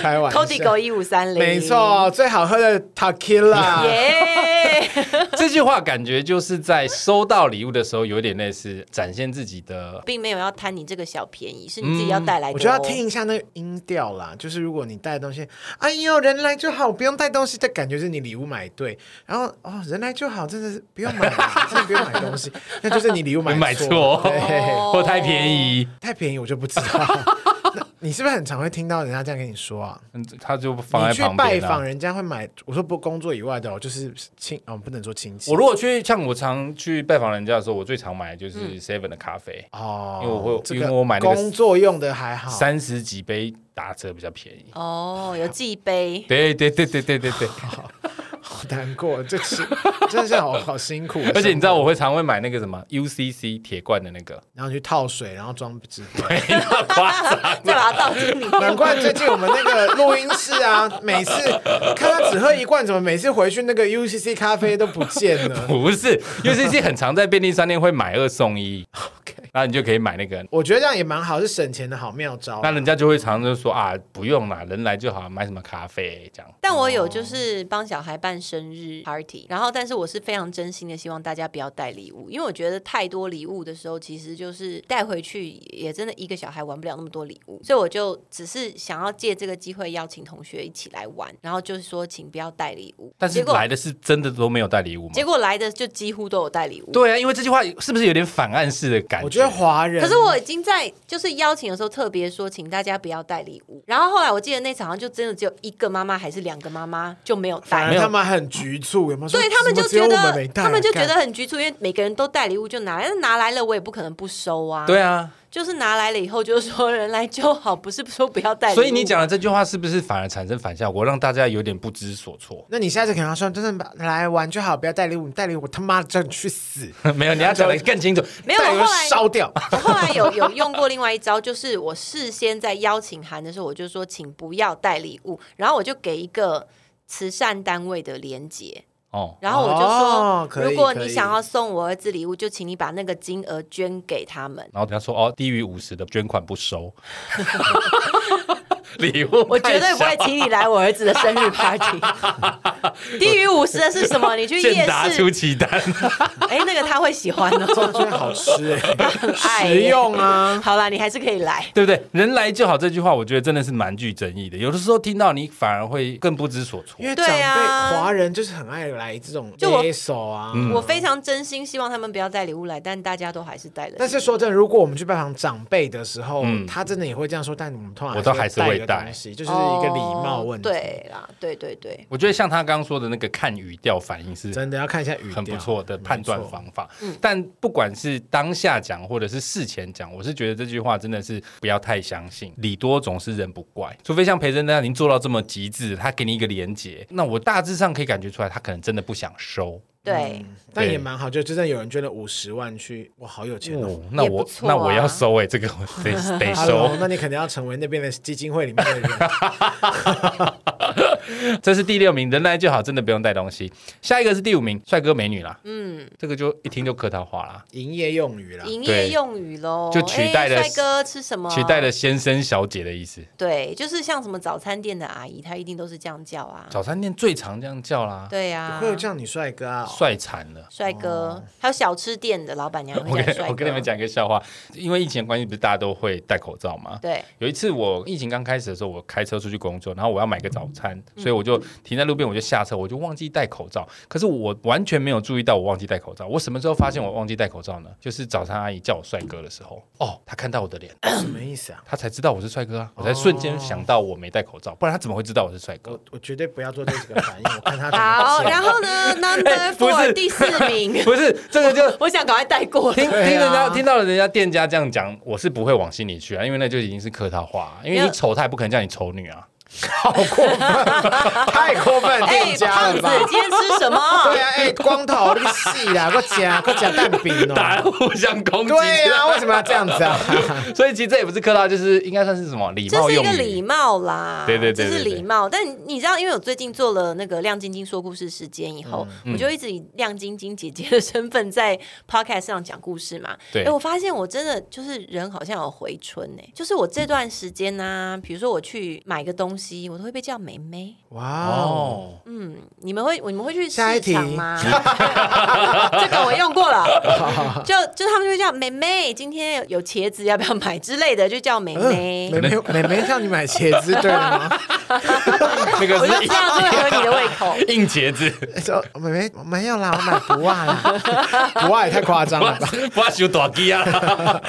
B: 开玩
C: c o d i g o
B: 笑，
C: 一五三零，
B: 没，错，最好喝的 Tequila。
C: 耶！
A: 这句话感觉就是在收到礼物的时候，有点类似展现自己的。
C: 并没有要贪你这个小便宜，是你自己要带来的、哦
B: 我觉得要听一下那个音调啦，就是如果你带东西，哎呦人来就好，不用带东西的感觉是你礼物买对，然后哦人来就好，真的是不用买啦，真的不用买东西，那就是你礼物买
A: 买
B: 错
A: 错，
B: 对
A: 或太便宜，
B: 太便宜我就不知道。那你是不是很常会听到人家这样跟你说啊？
A: 嗯他就放在
B: 你去
A: 旁
B: 拜
A: 边啊
B: 访
A: 了。
B: 人家会买，我说不工作以外的哦，就是亲哦，不能说亲戚。
A: 我如果去像我常去拜访人家的时候，我最常买的就是
B: 嗯
A: Seven 的咖啡，
B: 哦，
A: 因为我会
B: 这
A: 因
B: 个
A: 为我买那个
B: 工作用的还好，
A: 三十几杯打折比较便宜。
C: 哦，有 记杯。
A: 对对对对对对对，
B: 好难过，这是 真的是好好辛苦。
A: 而且你知道我，会常会买那个什么 UCC 铁罐的那个，
B: 然后去套水，然后装不知道。
C: 再把它倒进里面。
B: 难怪最近我们那个录音室啊，每次看他只喝一罐，怎么每次回去那个 UCC 咖啡都不见了？
A: 不是 UCC 很常在便利商店会买二送一
B: OK
A: 然后你就可以买那个，
B: 我觉得这样也蛮好，是省钱的好妙招。
A: 那人家就会常常就说啊不用啦，人来就好，买什么咖啡这样。
C: 但我有就是帮小孩办生日 party，然后但是我是非常真心的希望大家不要带礼物，因为我觉得太多礼物的时候，其实就是带回去也真的一个小孩玩不了那么多礼物，所以我就只是想要借这个机会邀请同学一起来玩，然后就是说请不要带礼物，
A: 但是
C: 结果
A: 来的是真的都没有带礼物吗？
C: 结果来的就几乎都有带礼物，
A: 对啊，因为这句话是不是有点反暗示的感觉？
B: 我觉得华人，
C: 可是我已经在就是邀请的时候特别说，请大家不要带礼物。然后后来我记得那场好像就真的只有一个妈妈还是两个妈妈就没有
B: 反
C: 带
B: 而。他们很局促，有没有说？
C: 对他们
B: 怎
C: 就
B: 么只有
C: 觉
B: 我们没
C: 得，
B: 带
C: 他们就
B: 干
C: 觉得很局促，因为每个人都带礼物就拿来，那拿来了我也不可能不收啊。，
A: 对啊，
C: 就是拿来了以后就说人来就好，不是说不要带礼物。
A: 所以你讲的这句话是不是反而产生反效果，让大家有点不知所措？
B: 那你下次可能要说，真的来玩就好，不要带礼物，你带礼物我他妈叫你去死，
A: 没有，你要讲的更 清楚。
C: 没有，
B: 带
C: 我
B: 礼
C: 后
B: 物
C: 来
B: 烧 掉。
C: 我后来有有用过另外一招，就是我事先在邀请函的时候，我就说请不要带礼物，然后我就给一个慈善单位的连接，
A: 哦，
C: 然后我就
B: 哦
C: 说，
B: 可以
C: 如果
B: 可
C: 你
B: 以
C: 想要送我儿子礼物，就请你把那个金额捐给 他们。
A: 然后人家说哦，低于五十的捐款不收， 礼物
C: 我
A: 太
C: 绝对不会
A: 小
C: 请你来我儿子的生日 party。低于五十的是什 么？你去夜
A: 健达出
C: 市，
A: 奇蛋，
C: 哎，那个他会喜欢 的、
B: 这真的好吃哎、
C: 爱耶
B: 实用啊！
C: 好啦，你还是可以来。
A: 对不对？人来就好这句话，我觉得真的是蛮具争议的。有的时候听到你反而会更不知所措
B: 因。为长
C: 对
B: 辈
C: 啊
B: 华人就是很爱来这种
C: 就我
B: 接手啊。
A: 嗯
C: 我非常真心希望他们不要带礼物来，但大家都还是带了。
B: 但是说真的，如果我们去拜访长辈的时候，他真的也会这样说，但我们通
A: 嗯
B: 常
A: 我都
B: 还
A: 还
B: 是
A: 是
B: 带
A: 会
B: 一个东西，就是一个礼貌问题。
C: 哦，对啦，对对对，
A: 我觉得像他刚刚说的那个看语调反应是
B: 真的要看一下语调，
A: 很不错的判断
B: 没错嗯
A: 方法。但不管是当下讲或者是事前讲，我是觉得这句话真的是不要太相信。礼多总是人不怪，除非像培真那样已经做到这么极致，他给你一个连结，那我大致上可以感觉出来，他可能真的不想收。
C: 对，
B: 但
A: 对
B: 也蛮好，就真的有人捐了五十万去，哇，好有钱哦！
A: 哦，那
C: 也不
A: 我、
C: 错啊
A: 那我要收哎、这个我得 得
B: 哈喽，
A: 收。
B: 那你肯定要成为那边的基金会里面的人。
A: 这是第六名，人来就好，真的不用带东西。下一个是第五名，帅哥美女啦，嗯，这个就一听就客套话啦，
B: 营业用语啦，
C: 营业用语喽，
A: 就取代了
C: 哎帅哥吃什么？
A: 取代了先生小姐的意思。
C: 对，就是像什么早餐店的阿姨，她一定都是这样叫啊。
A: 早餐店最常这样叫啦，
C: 对啊，
B: 会有叫你帅哥啊？
A: 帅惨了。
C: 帅哥，还有小吃店的老板娘也
A: 我
C: 会叫帅
A: 跟
C: 哥。
A: 哦我跟你们，讲一个笑话，因为疫情的关系，不是大家都会戴口罩吗？
C: 对，
A: 有一次我疫情刚开始的时候，我开车出去工作，然后我要买个早餐，
C: 嗯
A: 所以我就停在路边，我就下车，我就忘记戴口罩。可是我完全没有注意到我忘记戴口罩。我什么时候发现我忘记戴口罩呢？就是早餐阿姨叫我帅哥的时候，哦，她看到我的脸，
B: 什么意思啊？
A: 她才知道我是帅哥啊，我才
B: 哦
A: 瞬间想到我没戴口罩，不然她怎么会知道我是帅哥
B: 我？我绝对不要做这几个反应，我看他怎
C: 好，
B: 么
C: 然
B: 讲。
C: 后 呢，Number
A: 啊哎不
C: Four
A: 是
C: 第四 名，
A: 不是，这个 就
C: 我想赶快带过了。
A: 听听
B: 对啊
A: 人家听到人家店家这样讲，我是不会往心里去啊，因为那就已经是客套话啊，因为
C: 没
A: 你
C: 有
A: 丑他也不可能叫你丑女啊。
B: 好过分，太过分，
C: 哎
B: 店，家
C: 胖
B: 了
C: 子
B: 吧？，
C: 今天吃什
B: 对
C: 么？
B: 啊，哎，光头你细 啦，给我夹，给我夹蛋饼
A: 大家
B: 哦。
A: 互相攻击，
B: 对啊，为什么要这样子啊？
A: 所以其实这也不是客套，就是应该算是什么 礼
C: 这
A: 貌
C: 是一
A: 用
C: 个
A: 语。
C: 礼貌啦，
A: 对对对
C: 这
A: 对
C: 是
A: 对
C: 礼貌。但你知道，因为我最近做了那个亮晶晶说故事时间以后，
A: 嗯
C: 我就一直以亮晶晶姐姐的身份在 podcast 上讲故事嘛。
A: 对
C: 哎，我发现我真的就是人好像有回春呢、就是我这段时间呢、比如说我去买个东西，我都会被叫妹妹。
B: 哇哦，，
C: 嗯，你们会你们会去市
B: 下一题
C: 场吗？ 这个我用过 了，就就他们就会叫妹妹，今天有茄子要不要买之类的，就叫妹妹。
B: 嗯妹妹妹妹让你买茄子对吗？
A: 那个
C: 我就是这样就会合你的胃口。
A: 硬硬茄子，
B: 说妹妹没有啦，我买不 袜啦，不袜也太夸张了吧？
A: 不要修短鸡啊！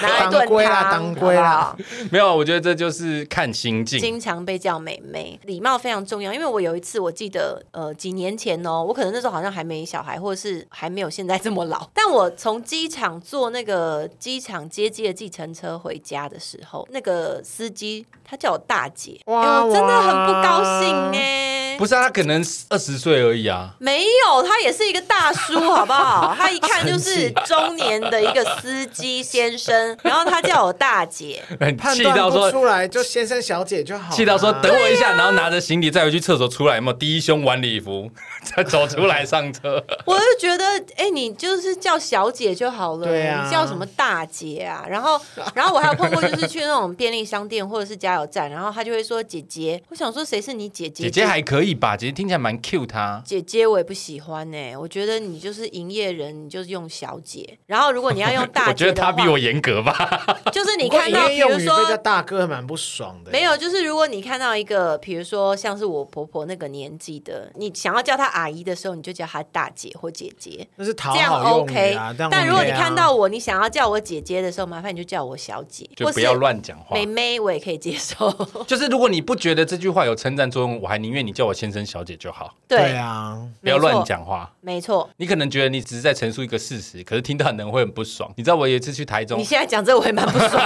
C: 拿来炖
B: 当归啦
C: 汤，
B: 当归啦
C: 好不 好
A: 没有，我觉得这就是看心境。
C: 经常被叫妹妹，礼貌非常重要。因为我有一次，我记得呃几年前哦，我可能那时候好像还没小孩，或者是还没有现在这么老。但我从机场坐那个机场接机的计程车回家的时候，那个司机他叫我大姐，
B: 哇
C: 哎我真的很不高兴
B: 哇
C: 哎、
A: 不是啊，他可能二十岁而已啊。
C: 没有，他也是一个大叔，好不好？他一看就
B: 生
C: 是
B: 气
C: 中年的一个司机先生，然后他叫我大姐，
B: 判
A: 气
B: 断
A: 到
B: 不
A: 说，
B: 出来就先生小姐就好啦。
A: 气到说
C: 啊
A: 等我一下，然后拿着行李再回去厕所出来，有没有第一胸晚礼服， 再走出来上车。
C: 我就觉得，哎、你就是叫小姐就好了，
B: 对啊
C: 你叫什么大姐啊？然后，然后我还有碰过，就是去那种便利商店或者是加油站，然后他就会说姐姐，我想说谁是你姐姐？
A: 姐姐还可以吧，姐姐听起来蛮 Q 她。
C: 姐姐我也不喜欢哎、我觉得你就是营业人，你就是用小姐。然后如果你要用大
A: 我觉
C: 姐
A: 得
C: 的话，
A: 她比我严格吧，
C: 就是
B: 不
C: 你
B: 过
C: 看到，
B: 营业
C: 比
B: 用语
C: 如
B: 被叫
C: 说。
B: 大哥还蛮不爽的。
C: 没有，就是如果你看到一个，比如说像是我婆婆那个年纪的，你想要叫她阿姨的时候，你就叫她大姐或姐姐。
B: 那是讨
C: 这样
B: 好用
C: OK，
B: 语啊。
C: 但如果你看到
B: 我，
C: 我，你想要叫我姐姐的时候，麻烦你就叫我小姐，
A: 就不要
C: 或
A: 乱讲
C: 是
A: 话
C: 妹。妹，我也可以接受。
A: 就是如果你不觉得这句话有称赞作用，我还宁愿你叫我先生小姐就好，
C: 对，
B: 对啊，
A: 不要
C: 没错
A: 乱，讲话。
C: 没错。
A: 你可能觉得你只是在陈述一个事实，可是听到的人会很不爽。你知道我有一次去台
C: 你
A: 中，
C: 现在讲这我也蛮不 爽，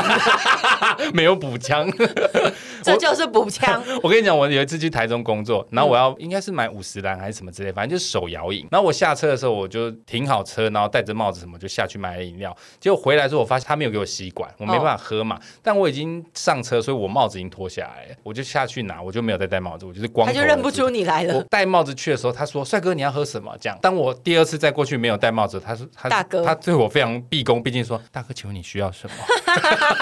A: 没有补枪。
C: 这就是补枪。
A: 我跟你讲，我有一次去台中工
C: 嗯
A: 作，然后我要、应该是买五十兰还是什么之类，反正就是手摇饮。然后我下车的时候，我就停好车，然后戴着帽子什么就下去买了饮料。结果回来之后，我发现他没有给我吸管，我没
C: 哦
A: 办法喝嘛。但我已经上车，所以我帽子已经脱下来了，我就下去拿，我就没有再戴帽子，我就是光头
C: 他
A: 而已。
C: 就认不出你来
A: 我
C: 了，
A: 戴帽子去的时候，他说：“帅哥，你要喝什么？”这样。当我第二次再过去没有戴帽子，他说：“他
C: 大哥
A: 他对我非常毕恭毕敬，说：‘大哥，请问你需要什么？’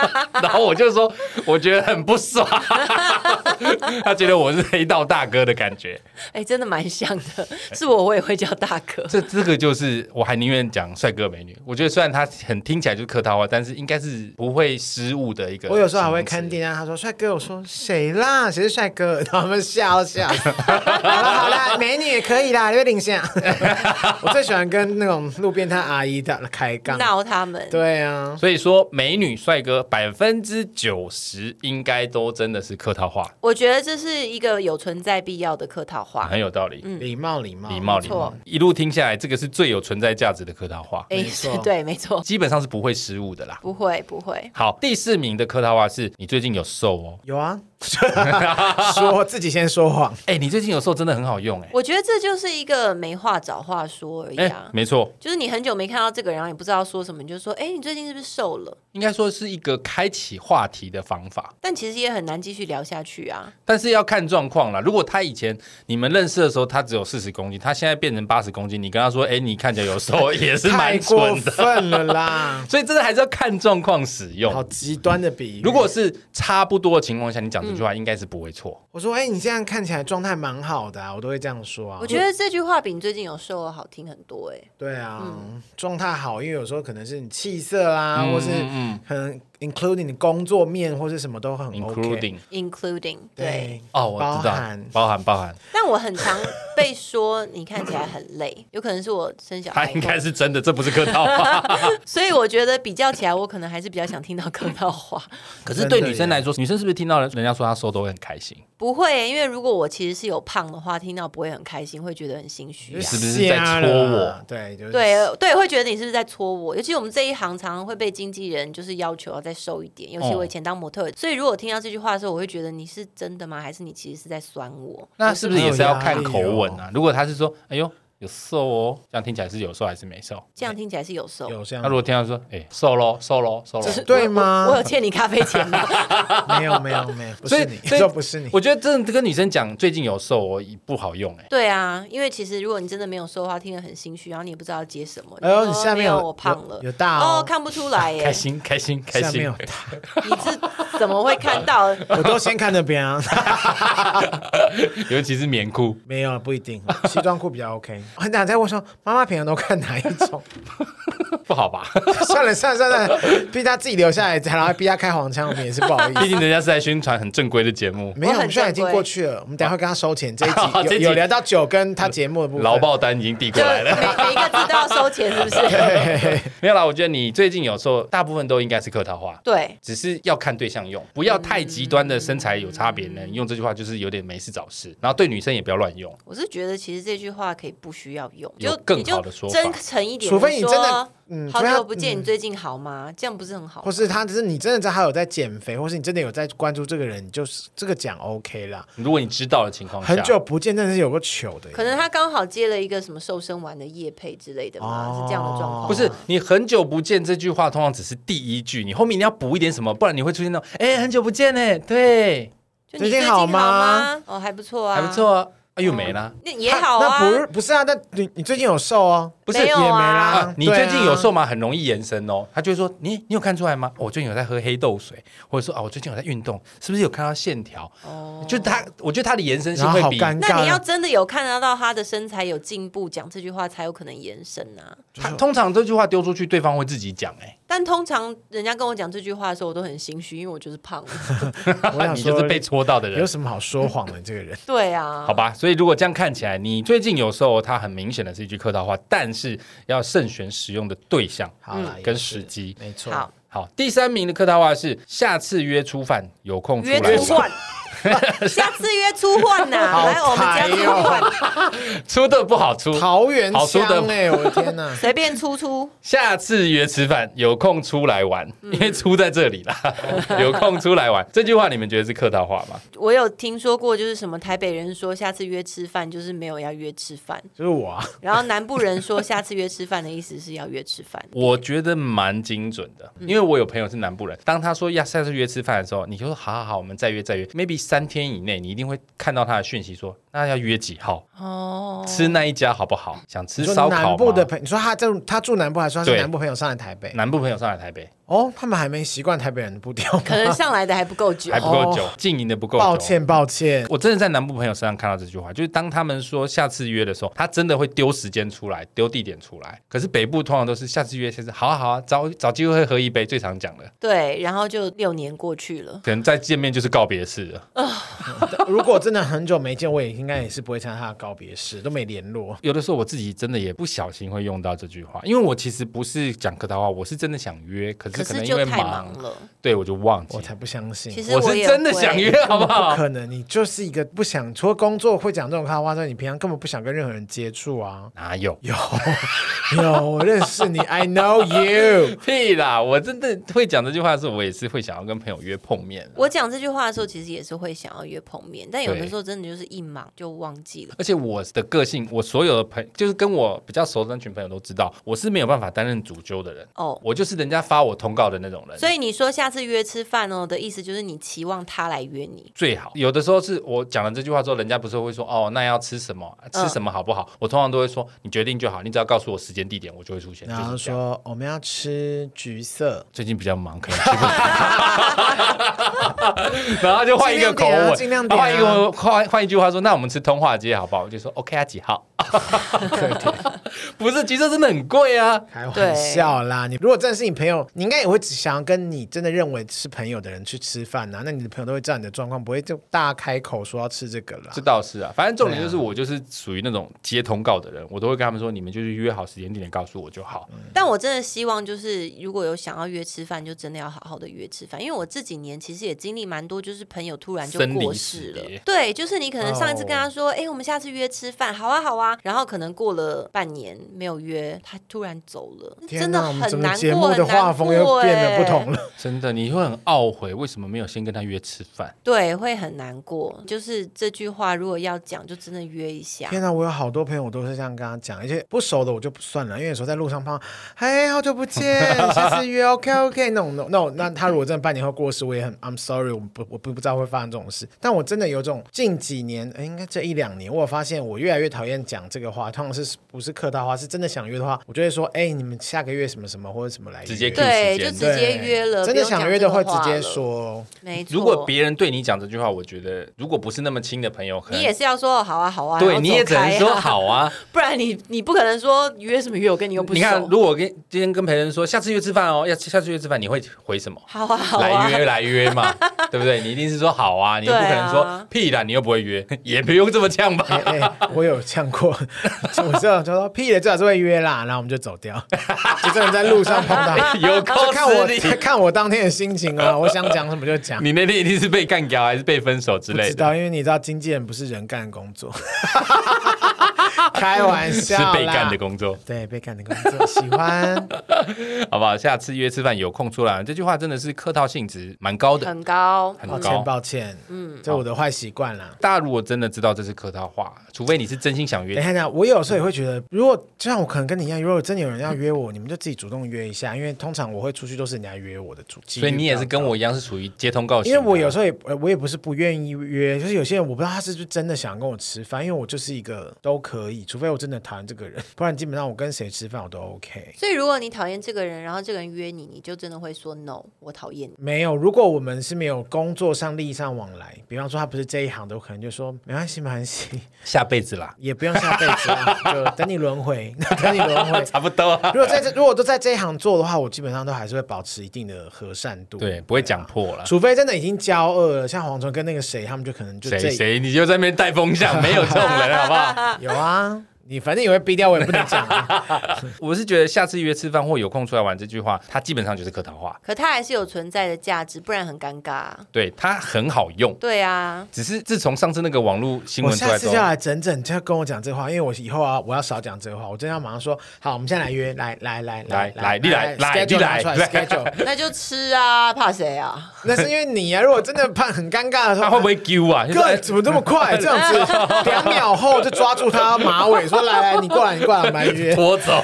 A: 然后我就说：“我觉得很不爽。” 他觉得我是黑道大哥的感觉。
C: 哎，真的蛮像的。是我，我也会叫大 哥。
A: 这这个就是，我还宁愿讲帅哥美女。我觉得虽然他很听起来就是客套话，但是应该是不会失误的一个。
B: 我有时候还会看。店啊，他说帅哥，我说谁啦？谁是帅哥？然后他们笑笑。好了好了，美女也可以啦，你会领先。啊 我最喜欢跟那种路边摊阿姨的开杠。
C: 闹他们，
B: 对啊，
A: 所以说，美女帅哥百分之九十应该都真的是客套话，
C: 我觉得这是一个有存在必要的客套话。
A: 很有道理。
C: 嗯
B: 礼貌礼貌
A: 礼貌
C: 没
A: 礼貌
C: 错，
A: 一路听下来，这个是最有存在价值的客套话，
C: 哎，
B: 没
C: 是
B: 错
C: 对，没错，
A: 基本上是不会失误的啦。
C: 不会，不会。
A: 好，第四名的客套话是你最近有瘦哦，
B: 有啊，说自己先说谎。
A: 哎，你最近有瘦真的很好用哎，
C: 我觉得这就是一个没话找话说而已啊
A: 哎，。没错，
C: 就是你很久没看到这个人，然后也不知道说什么，你就说：“哎、你最近是不是瘦了
A: 应该说是一个开启话题的方法，？”
C: 但其实也很难继续聊下去啊。
A: 但是要看状况啦。如果他以前你们认识的时候他只有四十公斤，他现在变成八十公斤，你跟他说，哎，你看起来有 瘦，也 是
B: 太
A: 蛮
B: 过
A: 蠢的。！
B: 分了啦
A: 所以真的还是要看状况使
B: 好
A: 用。
B: 极端的比喻。
A: 如果是差不多的情况下，你讲这句
B: 嗯
A: 话应该是不会错。
B: 我说，哎、你这样看起来状态蛮好的啊，我都会这样说啊。
C: 我觉得这句话比你最近有瘦好听很多、哎，
B: 对啊，状态好，因为有时候可能是你气色啊，
A: 嗯
B: 或是
A: 嗯嗯
B: 可能 including 你工作面或是什么都很 OK。
A: including
C: including 对。
B: 对
A: 哦，我知
B: 包
A: 道
B: 含，
A: 包含包含，
C: 但我很常被说你看起来很累，有可能是我生小
A: 他
C: 孩
A: 应，该是真的，这不是客套 话。
C: 所以我觉得比较起来，我可能还是比较想听到客套话。
A: 可是对女生来说，女生是不是听到人家说她瘦都会很开心？
C: 不会、欸因为如果我其实是有胖的话，听到不会很开心，会觉得很心虚、
B: 就
C: 啊。
A: 是不是在
B: 瞎
A: 戳
B: 了
A: 我
B: 啊？对，就是
C: 对对，会觉得你是不是在戳我？尤其我们这一行常常会被经纪人就是要求要再瘦一点。尤
A: 哦
C: 其我以前当模特儿，所以如果我听到这句话的时候，我会觉得你是真的吗？还是你其实是在酸我？
A: 那是不是也是要看
B: 哦
A: 口吻啊？如果他是说，哎呦有瘦哦，这样听起来是有瘦还是没瘦？
C: 这样听起来是有瘦。
B: 有这
A: 那
B: 样
A: 如果听到说，哎瘦喽瘦喽瘦喽
B: 这，是哦对吗
C: 我我有欠你咖啡钱 吗？
B: 没有没有没有，不
A: 所以
B: 是你，
A: 所以
B: 这不是你。
A: 我觉得真的跟女生讲最近有瘦哦不好用哎。
C: 对啊，因为其实如果你真的没有瘦的话，听得很心虚，然后你也不知道要接什么。
B: 哎呦，
C: 说哦
B: 你下面
C: 没有
B: 有
C: 我胖了
B: 有，有大
C: 哦，
B: 哦，
C: 看不 出来耶，
A: 开心开心开
B: 下面
A: 心
B: 有，大，
C: 你是怎么会 看到？
B: 我都先看那边啊。
A: 尤其是棉裤，
B: 没有，不一定，西装裤比较 OK。很哦想在问说，妈妈平常都看哪一种？
A: 不好吧？
B: 算了算了算了，逼他自己留下来，然后逼他开黄腔，我们也是不好意
A: 毕
B: 思。
A: 竟人家是在宣传很正规的节目，
B: 没有，
C: 我
B: 我
C: 很
B: 们现在已
C: 正规
B: 经过去了，我们等一下会跟他收钱。这一
A: 好这
B: 集
A: 一集
B: 有有聊到酒跟他节目的部分，
A: 劳报单已经递过
C: 就
A: 来
C: 每
A: 了。
C: 每一个字都要收钱，是 不是？
A: 没有啦，我觉得你最近有瘦，大部分都应该是客套话。
C: 对，
A: 只是要看对象用，不要太极端的身材有差别呢。用这句话就是有点没事找事，然后对女生也不要乱用。
C: 我是觉得其实这句话可以不需要用，
A: 有
C: 就
A: 更
C: 你就
A: 好的说法
C: 真诚一点，
B: 除非你真的， 嗯，除
C: 说。好
B: 非他
C: 久不见，你最近好吗？这样不是很好吗
B: 或？是他只是你真的知道他有在减肥，或是你真的有在关注这个人，你就是这个讲 OK 啦。
A: 如果你知道的情况下，
B: 很久不见，真的是有个糗的耶。
C: 可能他刚好接了一个什么瘦身丸的业配之类的嘛，
B: 哦
C: 是这样的状况吗。
A: 不是你很久不见这句话，通常只是第一句，你后面你要补一点什么，不然你会出现那种哎、很久不见呢，对，
B: 最
C: 就你最
B: 近
C: 近
B: 好
C: 好
B: 吗
C: 吗？哦，还不错啊，
A: 还不错啊，哎又没啦。
C: 那也好啊。
B: 那不是不是啊？那你你最近有瘦哦？
A: 不是
C: 没有
B: 也没
C: 啊
B: 啦
A: 啊，你
B: 对啊
A: 最近有瘦吗？很容易延伸哦。他就会说，你你有看出来吗？哦我最近有在喝黑豆水，或者说啊，我最近有在运动，是不是有看到线条？
C: 哦
A: 就他，我觉得他的延伸性
B: 然后
A: 会
B: 好
A: 比
B: 尴
C: 那你
B: 尬
C: 要
B: 啊。
C: 真的有看得到他的身材有进步，讲这句话才有可能延伸啊。
A: 他通常这句话丢出去，对方会自己讲、哎，
C: 但通常人家跟我讲这句话的时候，我都很心虚，因为我就是胖 了。
B: 我 想
A: 你
B: 说
A: 就是被戳到的
B: 有
A: 人，
B: 什么好说谎的？这个人
C: 对啊，
A: 好，吧？所以如果这样看起来，你最近有时候他很明显的是一句客套话，但是要慎选使用的对象
B: 好啦，
A: 跟
B: 也
A: 时
B: 是
A: 机。
B: 没错。
C: 好，
A: 好，第三名的客套话是下次约初饭，有空出
C: 约
A: 来
C: 出
A: 玩
C: 换，下次约出换呐、
B: 好
C: 来我们家
B: 惨
C: 出
B: 哦
C: 换，
A: 出的不好出，
B: 桃园
A: 好说的
B: 乡哎，我的天哪！
C: 随便出出。
A: 下次约吃饭，有空出来玩，因为出在这里啦。有空出来玩，这句话你们觉得是客套话吗？
C: 我有听说过，就是什么台北人说下次约吃饭，就是没有要约吃饭；
B: 就是我啊，
C: 然后南部人说下次约吃饭的意思是要约吃饭。
A: 我觉得蛮精准的，因为我有朋友是南部人，当他说要下次约吃饭的时候，你就说好好好，我们再约再约，maybe 三天以内，你一定会看到他的讯息说，那要约几号，
C: 哦，
A: 吃那一家好不好？想吃
B: 你说
A: 烧烤
B: 南部的
A: 吗？
B: 朋，你说他在他住南部，还是说他是
A: 对
B: 南部朋友上来台北？
A: 南部朋友上来台北
B: 哦，他们还没习惯台北人的步 调吗，
C: 可 能上来的还不够久
A: 还。不够
B: 哦
A: 久，经营的不够久。
B: 抱歉抱歉，
A: 我真的在南部朋友身上看到这句话，就是当他们说下次约的时候，他真的会丢时间出来，丢地点出来。可是北部通常都是下次约，先是好啊好啊，找找机会喝一杯，最常讲的，
C: 对，然后就六年过去了。
A: 可能再见面就是告别式了。
B: 如果真的很久没见，我也应该也是不会参加他的告别式，都没联络。
A: 有的时候我自己真的也不小心会用到这句话，因为我其实不是讲客套话，我是真的想约，可
C: 可
A: 是可
C: 是
A: 能因为
C: 就太
A: 忙，
C: 忙了，
A: 对我就忘记
B: 我。才不相信，
C: 其实
A: 我是
C: 也
A: 真的
C: 会
A: 想约，好不
B: 不
A: 好？
B: 可能，你就是一个不想除了工作会讲这种话话之外，你平常根本不想跟任何人接触啊。
A: 哪有
B: 有有，我认识你，I know you。
A: 屁啦！我真的会讲这句话的时候，我也是会想要跟朋友约碰面啦。
C: 我讲这句话的时候，其实也是会想要约碰面，但有的
A: 对
C: 时候真的就是一忙就忘记了。
A: 而且我的个性，我所有的朋就是跟我比较熟的那群朋友都知道，我是没有办法担任主揪的人，
C: 哦，
A: 我就是人家发我通告的那种人。
C: 所以你说下次约吃饭哦的意思，就是你期望他来约你。
A: 最好有的时候是我讲了这句话之后，人家不是会说哦，那要吃什么？
B: 嗯
A: 吃什么好不好？我通常都会说你决定就好，你只要告诉我时间地点，我就会出现。
B: 然后
A: 就是这样
B: 说我们要吃橘色，
A: 最近比较忙，可能 去不了。然后就换一个口吻，
B: 尽量点啊
A: 换一个换换一句话说，那我们吃通化街好不好？我就说 OK 啊，几号？ 不是，橘色真的很贵啊。
B: 开玩笑啦。你如果真的是你朋友，你应该也会只想要跟你真的认为是朋友的人去吃饭啊呐、那你的朋友都会知道你的状况，不会就大开口说要吃这个啦
A: 这。倒是啊，反正重点就是我就是属于那种接通告的人，我都会跟他们说，你们就是约好时间地点告诉我就好。
C: 但我真的希望，就是如果有想要约吃饭，就真的要好好的约吃饭，因为我这几年其实也经历蛮多，就是朋友突然就
A: 生离
C: 过
A: 死
C: 世了
A: 别。
C: 对，就是你可能上一次跟
B: 哦
C: 啊他说，哎、我们下次约吃饭，好啊好啊，然后可能过了半年没有约，他突然走了，
B: 天
C: 真
B: 哪
C: 的
B: 我们整
C: 很
B: 个
C: 难
B: 节
C: 过，
B: 目的
C: 很难
B: 画风又
C: 过
B: 变得
C: 欸
B: 不同了。
A: 真的，你会很懊悔为什么没有先跟他约吃饭。
C: 对，会很难过。就是这句话，如果要讲，就真的约一下。
B: 天哪，我有好多朋友都是这样跟他讲，而且不熟的我就不算了，因为有时候在路上碰到，哎，好久不见，下次约，OK OK，那种那种，那他如果真的半年后过世，我也很 I'm sorry，我不我不不知道会发生这种事，但我真的有种近几年，哎，应该这一两年，我有发现我越来越讨厌讲这个话，通常是不是客套话，是真的想约的话，我就会说，哎，你们下个月什么什么或者什么来约
A: 直接 cue 时
C: 对，就
A: 间
C: 直
B: 对
C: 接约了，
B: 真
C: 不
B: 的
C: 用
B: 想
C: 讲
B: 约
C: 这
B: 的
C: 个
B: 会直
C: 话
B: 接
C: 了，
B: 说。
C: 没错。
A: 如果别人对你讲这句话，我觉得如果不是那么亲的朋友，可能
C: 你也是要说哦好啊好啊，然
A: 对，
C: 后
A: 你也
C: 走
A: 只能
C: 开
A: 说
C: 啊，
A: 好 啊。
C: 不然你你不可能说约什么约，我跟你又不熟。
A: 你看，如果我跟今天跟培仁说下次约吃饭哦，要下次约吃饭，你会回什么？
C: 好啊 好
A: 来
C: 啊，
A: 约来约嘛， 对不对？你一定是说好 啊，你又不可能
C: 对啊
A: 说屁啦，你又不会约，也不用这么呛 吧？
B: 哎、哎我有呛过，我知道，就说屁的，最好是会约啦，然后我们就走掉， 就真的在路上碰到，
A: 有够
B: 就看我
A: 吃力！
B: 看我当天的心情啊，我想讲什么就讲。
A: 你那天一定是被干掉还是被分手 之
B: 不
A: 类
B: 知
A: 的？
B: 道，因为你知道经纪人不是人干的工 作，开玩
A: 是
B: 笑啦
A: 被干的，工作，
B: 对被干的工作，喜欢
A: 好不好？下次约吃饭有空出来，这句话真的是客套性质蛮高的。
C: 很高，
A: 很
B: 抱
A: 高
B: 歉抱歉，嗯，这我的坏习惯啦。
A: 大家如果真的知道这是客套话，除非你是真心想
B: 等一
A: 约，
B: 下，等一下，我有时候也会觉得，如果就像我可能跟你一样，如果真的有人要约我，你们就自己主动约一下，因为通常我会出去都是人家约我的主，所
A: 所以你也是跟我一样是属于接通告型
B: 因
A: 的
B: 为
A: 啊。
B: 我有时候也呃我也不是不愿意约，就是有些人我不知道他是不是真的想跟我吃饭，因为我就是一个都可以，除非我真的讨厌这个人， 不然基本上我跟谁吃饭我都 OK。
C: 所以如果你讨厌这个人，然后这个人约你，你就真的会说 no，我讨厌你。
B: 没有，如果我们是没有工作上利益上往来，比方说他不是这一行的，我可能就说没关系，没关系，
A: 下辈子啦，
B: 也不用下辈子啦，就等你轮回， 等你轮回。
A: 差不多啊。
B: 如果在这，如果都在这一行做的话，我基本上都还是会保持一定的和善度。
A: 对，不会讲破 了。
B: 除非真的已经交恶了，像黄虫跟那个谁，他们就可能就这
A: 谁谁，你就在那边带风 向，没有这种人，好不好？
B: 有啊，你反正也会逼掉，我也不能讲、啊。
A: 我是觉得下次约吃饭或有空出来玩这句话，它基本上就是客套话，
C: 可他还是有存在的价值，不然很尴尬啊。
A: 对，它很好用。
C: 对啊，
A: 只是自从上次那个网络新闻
B: 我
A: 出
B: 下
A: 来之
B: 次就
A: 后，
B: 要来整整就要跟我讲这话，因为我以后啊，我要少讲这话。我真的要马上说，好，我们现在来约，来来来
A: 来来你来来你
B: schedule 拿
A: 来
B: 出来
A: 来
B: schedule。
C: 那就吃啊， 怕谁啊？
B: 那是因为你啊，如果真的怕很尴尬的时
A: 他
B: 候，
A: 会不会丢啊？就说
B: 哥
A: 哎
B: 怎么这么快？这样子两秒后就抓住他马尾，说来来，你过来，你过来，我们来约，
A: 拖走，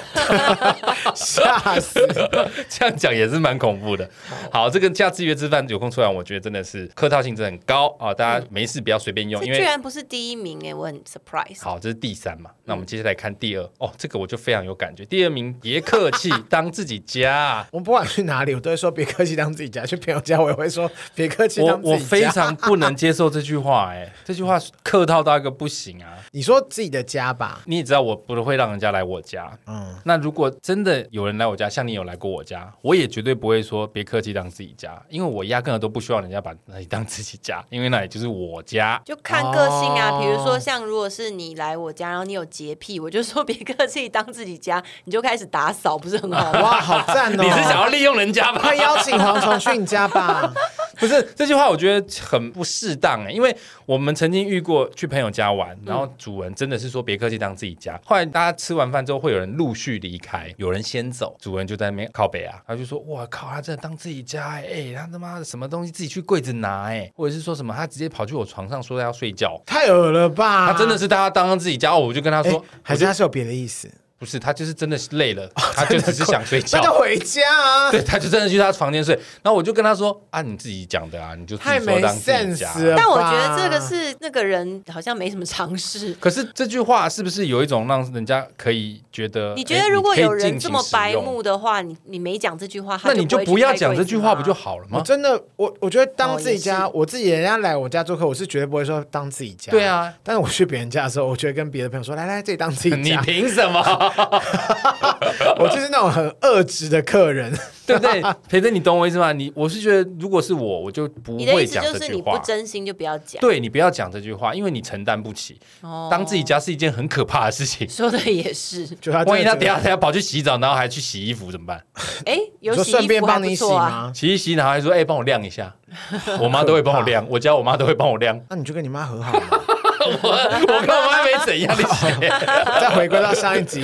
B: 吓死！
A: 这样讲也是蛮恐怖的。好，这个下次约吃饭有空出来，我觉得真的是客套性质很高啊，大
B: 嗯
A: 家没事不要随便用，
C: 这
A: 因
C: 居
A: 为。
C: 然不是第一名哎，我很 surprise。
A: 好，这是第三嘛？那我
B: 嗯
A: 们接下来看第二哦，这个我就非常有感觉。第二名别客气，当自己家 啊。
B: 我不管去哪里，我都会说别客气，当自己家；去朋友家，我也会说别客气，
A: 我
B: 当自
A: 我
B: 己家。
A: 非常不能接受这句话、 哎，这句话客套到一个不行啊！
B: 你说自己的家吧，
A: 你也知道我不会让人家来我家，
B: 嗯，
A: 那如果真的有人来我家，像你有来过我家，我也绝对不会说别客气当自己家，因为我压根儿都不需要人家把那里当自己家，因为那里就是我家。
C: 就看个性啊，
B: 哦
C: 比如说像如果是你来我家，然后你有洁癖，我就说别客气，当自己家，你就开始打扫，不是很 好吗？
B: 哇，好赞哦！
A: 你是想要利用人家吧？
B: 快邀请黄虫去你家吧？
A: 不是这句话，我觉得很不适当哎、因为我们曾经遇过去朋友家玩，然后主人真的是说别客气当自己家。后来大家吃完饭之后，会有人陆续离开，有人先走，主人就在那边靠北啊，他就说：“哇靠，他真的当自己家哎、欸他他妈的什么东西自己去柜子拿哎、或者是说什么他直接跑去我床上说他要睡觉。”
B: 太恶了吧！
A: 他真的是大家当成自己家，哦我就跟他
B: 哎
A: 说，
B: 还是他是有别的意思？
A: 不是，他就是哦真的是累了，他就只是想睡
B: 那就
A: 觉。
B: 回家 啊！
A: 对，他就真的去他床间睡，然后我就跟他说啊，你自己讲的啊，你就自己
B: 太
A: 说
B: 没
A: 当自己家啊
B: sense 了。
C: 但我觉得这个，是那个人好像没什么尝试。
A: 可是这句话是不是有一种让人家可以觉得？
C: 你觉得
A: 哎
C: 如果
A: 你可以
C: 有人
A: 尽
C: 这
A: 情
C: 么
A: 使
C: 白
A: 用
C: 目的话，你你没讲这句话，他
A: 那你就
C: 会去
A: 不要
C: 开
A: 讲这
C: 柜子
A: 句话
C: 吗
A: 不就好了
B: 我
A: 吗？
B: 真的，我我觉得当自己
C: 哦
B: 家，
C: 也
B: 我自己人家来我家做客，我是绝对不会说当自己家。
A: 对，啊，
B: 但是我去别人家的时候，我觉得跟别的朋友说，来来，这里当自己
A: 你
B: 家，
A: 凭什么？
B: 我就是那种很恶质的客人。
A: 对不对？培珍，你懂我意思吗？你我是觉得，如果是我，我就不
C: 你的
A: 会
C: 意思
A: 讲
C: 就
A: 这
C: 是
A: 句
C: 你不
A: 话。
C: 真心就不要讲，
A: 对你不要讲这句话，因为你承担不起。
C: 哦
A: 当自己家是一件很可怕的事情。
C: 说的也是。
B: 就他真的
A: 万一他
B: 觉得
A: 等下他要跑去洗澡，然后还去洗衣服怎么办？
C: 哎，有
B: 你说
C: 洗
B: 顺
C: 衣
B: 便
C: 服还
B: 帮
C: 不
B: 你洗
C: 错啊。
B: 吗？
A: 洗一洗，然后还 说：“哎、帮我晾一下。”我妈都会帮我晾，我家我妈都会帮我晾。
B: 那你就跟你妈和好嘛。
A: 我我跟我妈没怎样，你谁？
B: 再回归到上一集，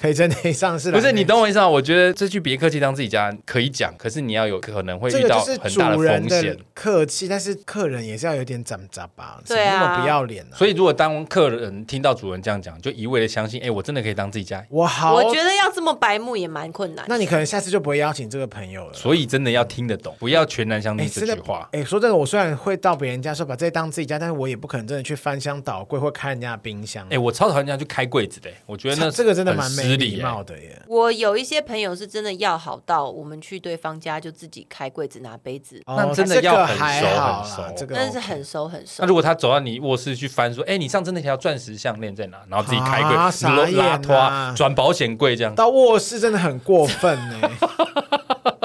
B: 陪着你上市了
A: 不是你懂我意思吗？我觉得这句别客气，当自己家可以讲，可是你要有可能会
B: 这
A: 遇
B: 个
A: 到
B: 就是
A: 很大
B: 主人
A: 风
B: 的
A: 险。
B: 客气，但是客人也是要有点长杂吧，
C: 对啊
B: 怎么那么不要脸呢、
A: 所以，如果当客人听到主人这样讲，就一味的相信，哎、我真的可以当自己家。
B: 我好，哦
C: 我觉得要这么白目也蛮困难。
B: 那你可能下次就不会邀请这个朋友了。
A: 所以，真的要听得懂，不要全然相
B: 哎，
A: 信这
B: 真
A: 句
B: 的
A: 话。
B: 哎，说真的，我虽然会到别人家说把这当自己家，但是我也不可能真的去翻箱倒柜或开人家的冰箱。啊
A: 哎、我超讨厌人家去开柜子的、我觉得那
B: 这个真的
A: 很
B: 蛮
A: 失
B: 没
A: 礼、
B: 礼
A: 欸。
B: 貌的耶。
C: 我有一些朋友是真的要好到我们去对方家就自己开柜子拿杯子，
B: 哦
A: 那真的要很熟
B: 这个还好
A: 很
B: 啦
A: 熟
B: 这个
C: 那是
B: OK
C: 很熟很熟
A: 那。如果他走到你卧室去翻，说：“哎、你上次那条钻石项链在哪？”然后自己开柜，
B: 啊傻眼
A: 拉
B: 啊
A: 拖转保险柜这样。
B: 到卧室真的很过分 呢，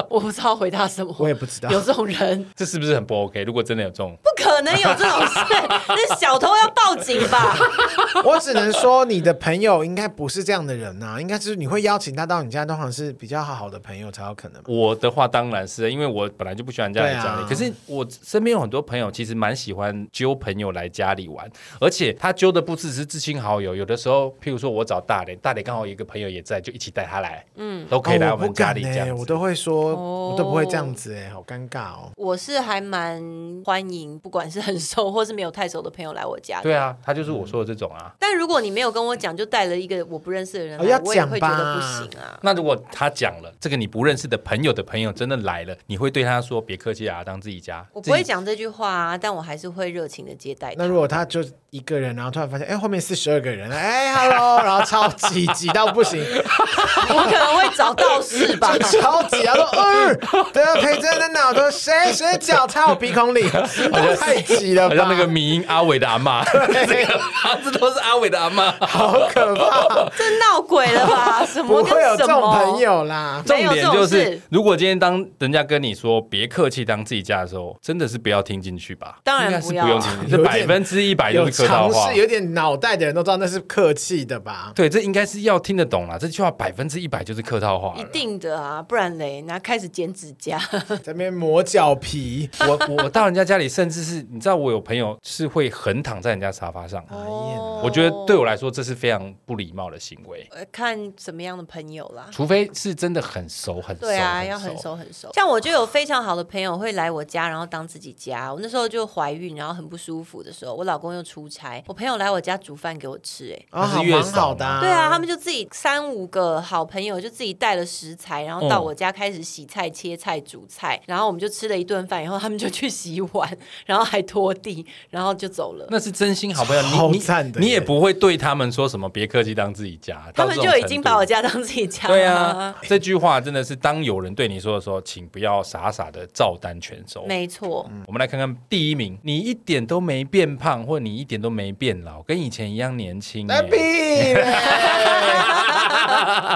C: 我不知道回答什么，
B: 我也不知道
C: 有这种人，
A: 这是不是很不 OK？如果真的有这种，
C: 不可能有这种事， 那小偷要报警吧？
B: 我只能说你的朋友应该不是这样的人啊呐、应该是你会邀请他到你家，通常是比较好的朋友才有可能嘛。
A: 我的话当然是因为我本来就不喜欢人家来家里，
B: 对啊
A: 可是我身边有很多朋友其实蛮喜欢揪朋友来家里玩，而且他揪的不只是至亲好友，有的时候，譬如说我找大雷，大雷刚好有一个朋友也在，就一起带他来，嗯，都可以来
B: 哦
A: 我
B: 我不
A: 们家
B: 敢
A: 里
B: 呢、
A: 这样子。
B: 我都会说，
C: 哦
B: 我都不会这样子哎、好尴尬哦。
C: 我是还蛮欢迎，不管是很熟或是没有太熟的朋友来我家的。
A: 对啊，他就是我说的这种啊。
C: 但如果你没有跟我讲，就带了一个我不认识的人
B: 哦要
C: 来，我也
B: 讲
C: 会觉得
B: 吧
C: 不 行啊。
A: 那如果他讲了这个你不认识的朋友的朋友真的来了，你会对他说别客气啊，当自己家。
C: 我不会
A: 自己
C: 讲这句话啊，但我还是会热情的接待
B: 那
C: 他。
B: 如果他就一个人，然后突然发现，哎、后面四十二个人，哎、h e l l o 然后超级挤到不 行，
C: 我可能会找 道士吧
B: 就。超级啊，说，呃，对啊，陪在那脑都谁谁脚插我鼻孔里，太挤了吧，哎
A: 好像那 个迷音阿伟的阿 妈，这个房子都是阿伟的阿妈。
B: 好可 怕，
C: 这闹鬼了吧？什么
B: 不会有
C: 跟
B: 这
C: 什
B: 种朋
C: 么？
B: 友啦。
A: 重点就
C: 没有这种
A: 是
C: 事，
A: 如果今天当人家跟你说别客气，当自己家的时候，真的是不要听进去吧？
C: 当然
A: 应该是
C: 不
A: 不
C: 要
A: 用听进去，
B: 有
A: 这
B: 点
A: 百分之一百就
B: 有
A: 是客套
B: 尝
A: 话
B: 试、。有点脑袋的人都知道那是客气的 吧？
A: 对，这应该是要听得懂啦。这句话百分之一百就是客套话
C: 一
A: 了。
C: 定的啊，不然嘞，那开始剪指甲，
B: 在那边磨脚皮，
A: 我我我到人家家里，甚至是你知道，我有朋友是会横躺在人家沙发上，
B: 啊
C: 哦
A: 我觉得对我来说这是非常不礼貌的行为。
C: 呃看什么样的朋友啦。
A: 除非是真的很熟很熟，
C: 对啊，要很。熟很熟。像我就有非常好的朋友会来我家，然后当自己家。我那时候就怀孕，然后很不舒服的时候，我老公又出差，我朋友来我家煮饭给我吃、哎。
B: 啊，
A: 那
B: 好
A: 是月嫂
B: 蛮好的、啊，
C: 对啊，他们就自己三五个好朋友就自己带了食材，然后到
A: 嗯
C: 我家开始洗菜、切菜、煮菜，然后我们就吃了一顿饭，以后他们就去洗碗，然后还拖地，然后就走了。
A: 那是真心好朋友，
B: 超
A: 你
B: 赞的
A: 你你
B: 耶
A: 也不会对他们说什么别客气，当自己家。
C: 他
A: 到
C: 们
A: 这种
C: 就已
A: 程
C: 经
A: 度
C: 把我家当自己家了。
A: 对啊，这句话真的是当有人对你说的时候，请不要傻傻的照单全收。
C: 没错，
A: 我们来看看第一名，你一点都没变胖，或你一点都没变老，跟以前一样年轻耶。
B: 那屁嘞！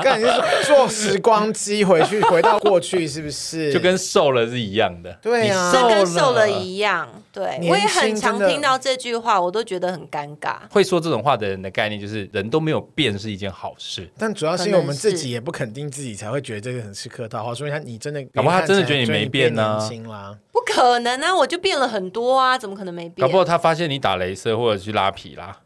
B: 干你是坐时光机回去，回到过去是不是？
A: 就跟瘦了是一样的。
B: 对啊
A: 你
C: 这
A: 瘦
C: 跟瘦了
A: 了
C: 一样。对，
B: 年
C: 我也很
B: 轻
C: 常
B: 真的
C: 听到这句话，我都觉得很尴尬。
A: 会说这种话的人的概念就是，人都没有变是一件好事。
B: 但主要是因为我们自己也不肯定自己，才会觉得这个很是客套话。说明他你真的，
A: 搞不好他真的觉得你没变啊
B: 呢、年轻啦，
C: 不可能啊！我就变了很多啊，怎么可能没
A: 搞
C: 变
A: 不？好他发现你打镭射或者去拉皮啦，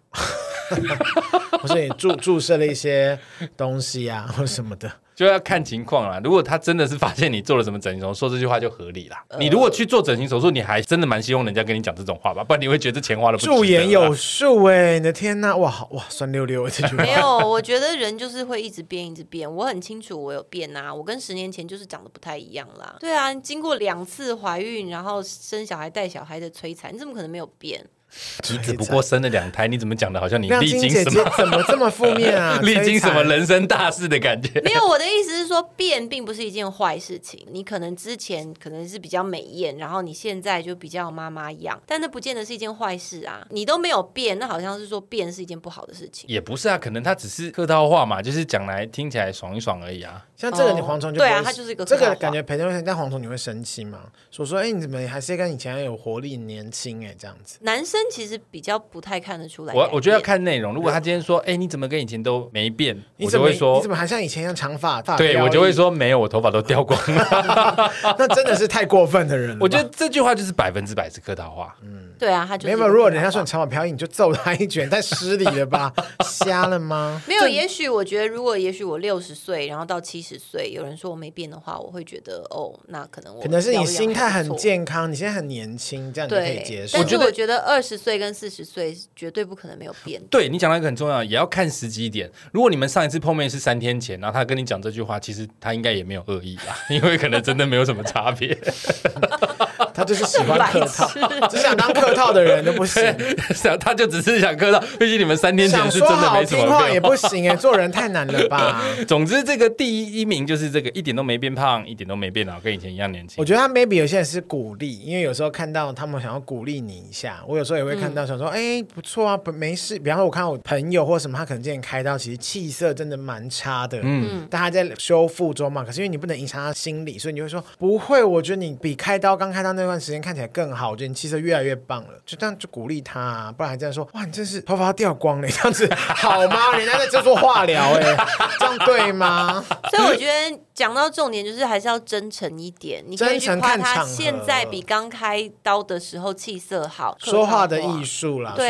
B: 或是你注注射了一些东西啊，或什么的。
A: 就要看情况啦。如果他真的是发现你做了什么整形手术，说这句话就合理啦。你如果去做整形手术，你还真的蛮希望人家跟你讲这种话吧，不然你会觉得这钱花了 不值得啦
B: 驻颜有术哎、你的天呐，哇好哇酸溜溜这句话
C: 没。有，我觉得人就是会一直变，一直变。我很清楚我有变啊，我跟十年前就是长得不太一样啦。对啊，经过两次怀孕，然后生小孩、带小孩的摧残，你怎么可能没有变？
A: 你只不过生了两胎，你怎么讲的好像你
B: 亮
A: 历
B: 晶
A: 经
B: 姐
A: 什
B: 姐
A: 么
B: 怎么这么负面
A: ？
B: 啊
A: 历经什么
B: 摧残
A: 人生大事的感觉？
C: 没有，我的意思是说，变并不是一件坏事情。你可能之前可能是比较美艳，然后你现在就比较有妈妈样，但那不见得是一件坏事啊。你都没有变，那好像是说变是一件不好的事情。
A: 也不是啊，可能他只是客套话嘛，就是讲来听起来爽一爽而已啊。
B: 像这个
C: 哦
B: 你蝗虫就不会
C: 对啊它就是一个
B: 这
C: 客套
B: 个
C: 话
B: 感觉陪同生，但蝗虫你会生气吗？所以说，哎、你怎么还是跟以前一样有活力、年轻哎、这样子。
C: 男生生其实比较不太看得出来改
A: 我
C: 变。
A: 我觉得要看内容。如果他今天说，哎，你怎么跟以前都没变？
B: 你
A: 我
B: 怎
A: 就
B: 么
A: 会说
B: 你怎，么还像以前一样长发？发
A: 对
B: 飘
A: 我就会
B: 逸，
A: 说没有，我头发都掉光了。
B: 那真的是太过分的人了吧。
A: 我觉得这句话就是百分之百是客套话。
C: 对啊，他就是
B: 没有，
C: 一个
B: 如果
C: 不
B: 人家
C: 好
B: 说
C: 吧
B: 你长发 飘逸，你就揍他一拳，太失礼了吧？瞎了吗？
C: 没有，也许我觉得，如果也许我六十岁，然后到七十岁，有人说我没变的话，我会觉得哦，那可能我
B: 可能是
C: 疗
B: 你
C: 养
B: 心态
C: 还
B: 很
C: 不错。
B: 健康，你现在很年轻，这样你就可以接
C: 对，
B: 受。
C: 但
A: 我觉
C: 是
A: 得
C: 我觉得二十岁跟四十岁绝对不可能没有变。
A: 对你讲到一个很重要，也要看时机点。如果你们上一次碰面是三天前，然后他跟你讲这句话，其实他应该也没有恶意啊， 因为可能真的没有什么差别。
B: 他就是喜欢
C: 白
B: 客 套，只想当客套的人都不行，
A: 想他就只是想客套，毕竟你们三天前
B: 想
A: 是
B: 说
A: 真的
B: 好
A: 没什
B: 听话
A: 么
B: 也
A: 变。
B: 不行哎，做人太难 了吧？
A: 总之，这个第一名就是这个，一点都没变胖，一点都没变老，跟以前一样年轻
B: 我。觉得他 maybe 有些人是鼓励，因为有时候看到他们想要鼓励你一下，我有时候也会看到想说，哎、不错啊，不没事。比方说，我看我朋友或什么，他可能之前开刀，其实气色真的蛮差的，嗯，但他在修复中嘛。可是因为你不能影响他心理，所以你就会说不会，我觉得你比开刀刚开刀那段时间看起来更好，我觉得你气色越来越棒了，就这样就鼓励他、啊，不然还这样说，哇，你真是头发要掉光了，这样子 好吗？人家在这做化疗、哎，这样对啊吗？
C: 所以我觉得讲到重点，就是还是要真诚一点。你可以去
B: 真诚
C: 夸
B: 看
C: 他
B: 场合
C: 现在比刚开刀的时候气色好，
B: 说话的
C: 术。
B: 艺术啦，
C: 对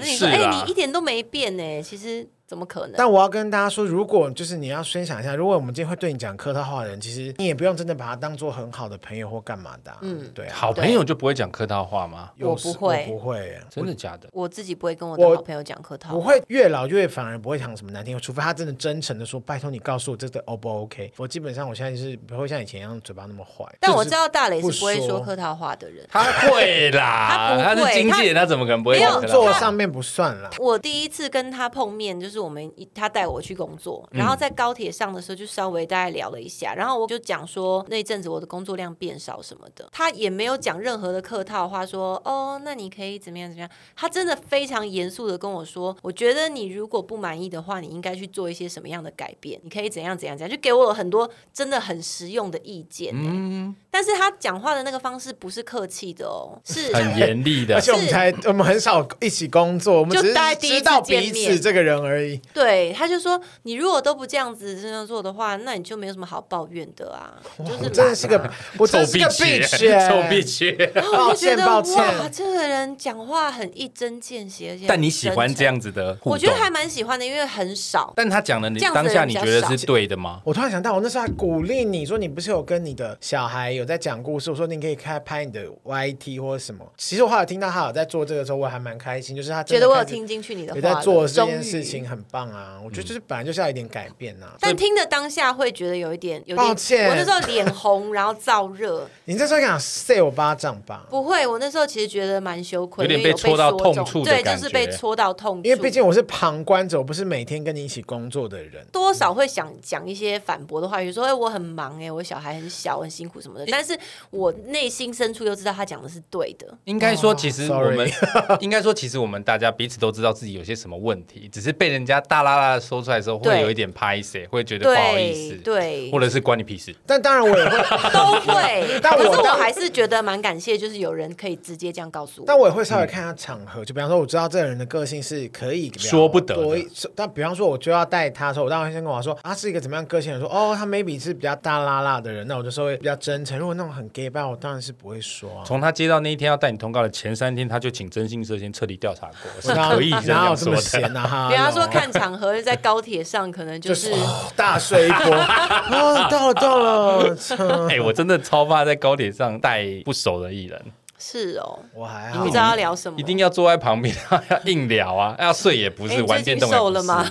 B: 说话的艺术
C: 那你说，
A: 是
C: 哎、
A: 啦
C: 你一点都没变呢、其实怎么可能？
B: 但我要跟大家说，如果就是你要分享一下，如果我们今天会对你讲客套话的人，其实你也不用真的把他当做很好的朋友或干嘛的、嗯，对啊，
A: 好朋友就不会讲客套话吗？
B: 有
C: 我
B: 时
C: 不会
B: 我不会，
A: 真的假的？
C: 我自己不会跟我的
B: 我
C: 好朋友讲客套
B: 我，会越老越反而不会讲什么难听，除非他真的真诚的说，拜托你告诉我这个 O 不 OK。我基本上我现在是不会像以前一样嘴巴那么坏，
C: 但
B: 就
C: 我
B: 是
C: 知道大磊
B: 不
C: 是不会
B: 说
C: 说客套话的人。
A: 他会啦，
C: 他不会
A: 是经纪人，他怎么可能不会
C: 没有
A: 讲客
B: 工
A: 套
B: 作
A: 话？
B: 上面不算啦。
C: 我第一次跟他碰面，就是我们一他带我去工作，然后在高铁上的时候就稍微大概聊了一下，然后我就讲说那一阵子我的工作量变少什么的，他也没有讲任何的客套话说哦，那你可以怎么样怎么样，他真的非常严肃的跟我说，我觉得你如果不满意的话，你应该去做一些什么样的改变，你可以怎样怎样怎样，就给我很多真的很实用的意见、嗯，但是他讲话的那个方式不是客气的哦，是
A: 很严厉的
B: 而，且我们才，我们很少一起工作，我们
C: 就
B: 只是
C: 大家第一次
B: 知道
C: 见
B: 彼此
C: 面
B: 这个人而已。
C: 对，他就说你如果都不这样子这样做的话，那你就没有什么好抱怨 的啊。就是
B: 我真的是 个，我
A: 臭
B: 真的是
A: 屁
B: 个
A: 切，
B: bitch，
A: 臭
B: 欸
A: 屁切。
C: 然后我就觉 得
B: 抱歉抱歉
C: 哇，这个人讲话很一针见血，而且
A: 但
C: 很
A: 你喜欢
C: 真诚
A: 这？样子的互动？
C: 我觉得还蛮喜欢的，因为很少。
A: 但他讲的你
C: 这样子的
A: 当下
C: 人
A: 你
C: 比
A: 觉得
C: 较少
A: 是对的吗？
B: 我突然想到，我那时候还鼓励你说，你不是有跟你的小孩有在讲故事，我说你可以开拍你的 YT 或者什么。其实我后来听到他有在做这个时候，我还蛮开心，就是他真
C: 觉
B: 的
C: 得我有
B: 开始
C: 听进去你的话
B: 有
C: 了，
B: 在做这
C: 终
B: 件
C: 于
B: 事情，，很棒啊！我觉得就是本来就是要有一点改变呐、啊。
A: 嗯
C: 但听的当下会觉得有一点有点
B: 抱歉
C: 我那时候脸红，然后燥热。
B: 你这时候想塞我巴掌吧，
C: 不会，我那时候其实觉得蛮羞愧，
A: 有点
C: 因为
A: 被戳到
C: 中
A: 痛处的
C: 对，就
A: 感
C: 是被
A: 觉
C: 戳到痛处。
B: 因为毕竟我是旁观者，我不是每天跟你一起工作的人。
C: 多少会想讲一些反驳的话，比如说：“哎、我很忙、哎，我小孩很小，很辛苦什么的。”但是我内心深处又知道他讲的是对的。
A: 应该说，其实我
B: 哦 sorry
A: 们 应该说，其实我们大家彼此都知道自己有些什么问题，只是被人家大啦啦地说出来的时候，会
C: 对
A: 有一点拍谁，会觉得不好意
C: 对
A: 思，
C: 对
A: 或，者是关你屁事。
B: 但当然我也会，
C: 都会。
B: 但我
C: 可是我
B: 但
C: 还是觉得蛮感谢，就是有人可以直接这样告诉我。
B: 但我也会稍微看一下场合，就比方说，我知道这个人的个性是可以聊
A: 说不得的
B: 多一。但比方说，我就要带他的时候，我当然会先跟我说，他是一个怎么样个性的人，说哦，他 maybe 是比较大拉拉的人，那我就稍微比较真诚。如果那种很 gay 吧，我当然是不会说
C: 哦
B: 啊。
A: 从他接到那一天要带你通告的前三天，他就请征信社先彻底调查过，是
B: 哪
A: 可以这
B: 哪有
A: 样
B: 这
A: 说
B: 么
A: 的。
B: 闲啊？哈，
C: 比方说
B: hello
C: 看场合，在高铁上可能就
B: 就是是、 哦大睡一波，哦，到了到了，操
A: 哎、我真的超怕在高铁上带不熟的艺人，
C: 是哦，
B: 我还
C: 你
B: 好
C: 不知。道要聊什么，
A: 一定要坐在旁边， 要硬聊啊，要睡也不
C: 哎
A: 是，
C: 你
A: 玩
C: 最
A: 电
C: 近
A: 动也
C: 瘦
A: 不
C: 了
A: 是。
C: 吗？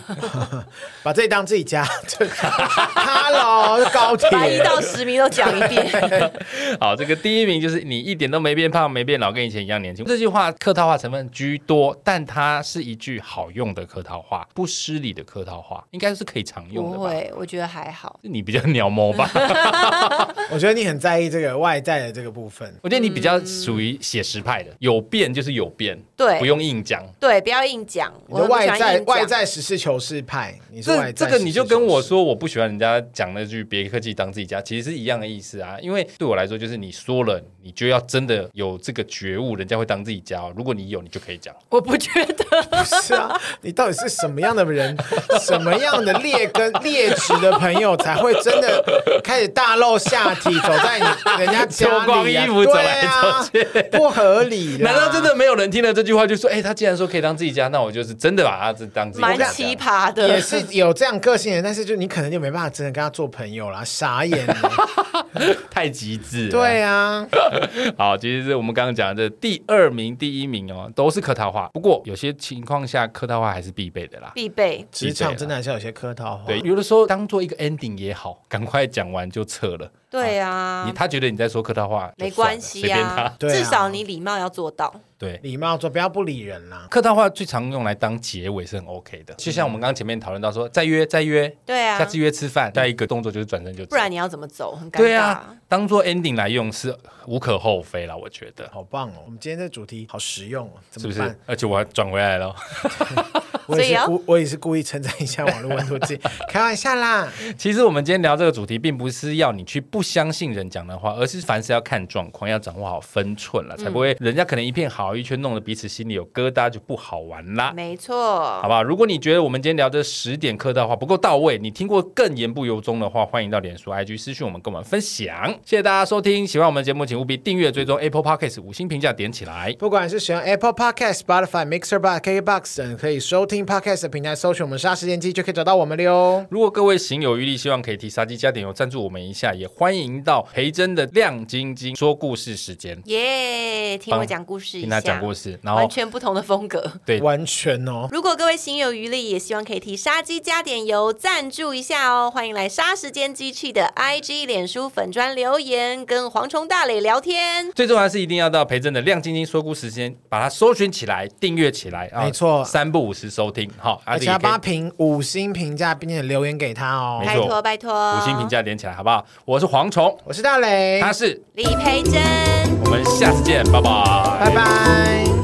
B: 把这里当自己家，就 Hello 高铁，
C: 把一到十名都讲一遍，
A: 好，这个第一名就是你一点都没变胖，没变老，跟以前一样年轻。这句话客套话成分居多，但它是一句好用的客套话，不失礼的客套话，应该是可以常用的
C: 不
A: 吧？
C: 会，我觉得还好。
A: 你比较鸟毛 吧？
B: 我觉得你很在意这个外在的这个部分。
A: 我觉得你比较属于写实派的，有变就是有变，
C: 嗯对
A: 不用硬讲。
C: 对，不要硬讲，
B: 你
C: 我
B: 的
C: 很不
B: 外
C: 喜欢
B: 在
C: 硬
B: 外
C: 讲。
B: 在实事求是派，你是
A: 这
B: 外在
A: 这
B: 实
A: 个
B: 事
A: 你就跟我
B: 求是，
A: 说，我不喜欢人家讲那句“别客气，当自己家”，其实是一样的意思啊。因为对我来说，就是你说了，你就要真的有这个觉悟，人家会当自己家、哦。如果你有，你就可以讲。
C: 我不觉得，
B: 不 是啊，你到底是什么样的人，什么样的劣根劣质的朋友才会真的开始大露下体，走在你人家 家
A: 脱光
B: 里、啊、
A: 衣服走来
B: 对啊，不合理啦。
A: 难道真的没有人听了这句话就说：“哎，他既然说可以当自己家，那我就是真 的把他当自己家。”
C: 蛮奇葩 的。
B: 也是有这样个性的人，但是就你可能就没办法真的跟他做朋友啦，傻 眼
A: 啊
B: 了。
A: 太极致了。
B: 对啊，
A: 好，其实是我们刚刚讲的第二名、第一名哦，都是客套话。不过有些情况下，客套话还是必备的啦。
C: 必备，
B: 职场真的还是有些客套话。
A: 对，有的时候当做一个 ending 也好，赶快讲完就撤了。
C: 对
A: 你
C: 啊，
A: 他觉得你在说客套话，就
C: 没
A: 算了
C: 关系
A: 随便他
C: 啊，
B: 对啊
C: 至少你礼貌要做到。
A: 对。
B: 礼貌做，不要不理人啦。
A: 客套话最常用来当结尾是很 OK 的，就像我们刚刚前面讨论到说，再约再约，
C: 对啊
A: 下，次约吃饭，下一个动作就是转身就走，
C: 不然你要怎么走？很尴尬。
A: 对啊，当做 ending 来用是无可厚非啦，我觉得
B: 好棒哦！我们今天这主题好实用哦，怎
A: 是
B: 么
A: 不
B: 办
A: 是？？而且我还转回来了，
B: 我也
C: 所以
B: 是
C: 啊
B: 故，我也是故意称赞一下网络温度 计，开玩笑啦。
A: 其实我们今天聊这个主题，并不是要你去不相信人讲的话，而是凡事要看状况，要掌握好分寸
C: 嗯
A: 了，才不会人家可能一片好意，却弄得彼此心里有疙瘩，就不好玩啦。
C: 没错
A: 好。不好？如果你觉得我们今天聊这十点客套话不够到位，你听过更言不由衷的话，欢迎到脸书、IG 私讯我们，跟我们分享。谢谢大家收听，喜欢我们的节目，请务必订阅、追踪 Apple Podcast 五星评价点起来。
B: 不管是使用 Apple Podcast、Spotify、Mixer、Bar、KKBox 等可以收听 Podcast 的平台，搜寻我们“杀时间机”就可以找到我们了哟。
A: 如果各位行有余力，希望可以替杀鸡加点油赞助我们一下，也欢迎到培真的亮晶晶说故事时间，
C: 耶听我
A: 帮
C: 讲故事一
A: 听
C: 下，
A: 他讲故事，然后
C: 完全不同的风格。
A: 对
B: 完全哦，
C: 如果各位心有余力，也希望可以替杀鸡加点油，赞助一下哦。欢迎来杀时间机器的 IG、脸书粉砖留言，跟蝗虫大磊聊天。
A: 最重要的是一定要到培正的亮晶晶说故事时间，把它搜寻起来、订阅起来啊！
B: 没错
A: 三不五时收听，好，啊
B: 而且要
A: 自己可以
B: 帮他评五星评价，并且留言给他哦
A: 没。
C: 拜
A: 错
C: 托拜托，
A: 五星评价点起来，好不好？我是蝗虫，
B: 我是大雷，
A: 他是，
C: 李培珍。
A: 我们下次见，拜拜，
B: 拜拜。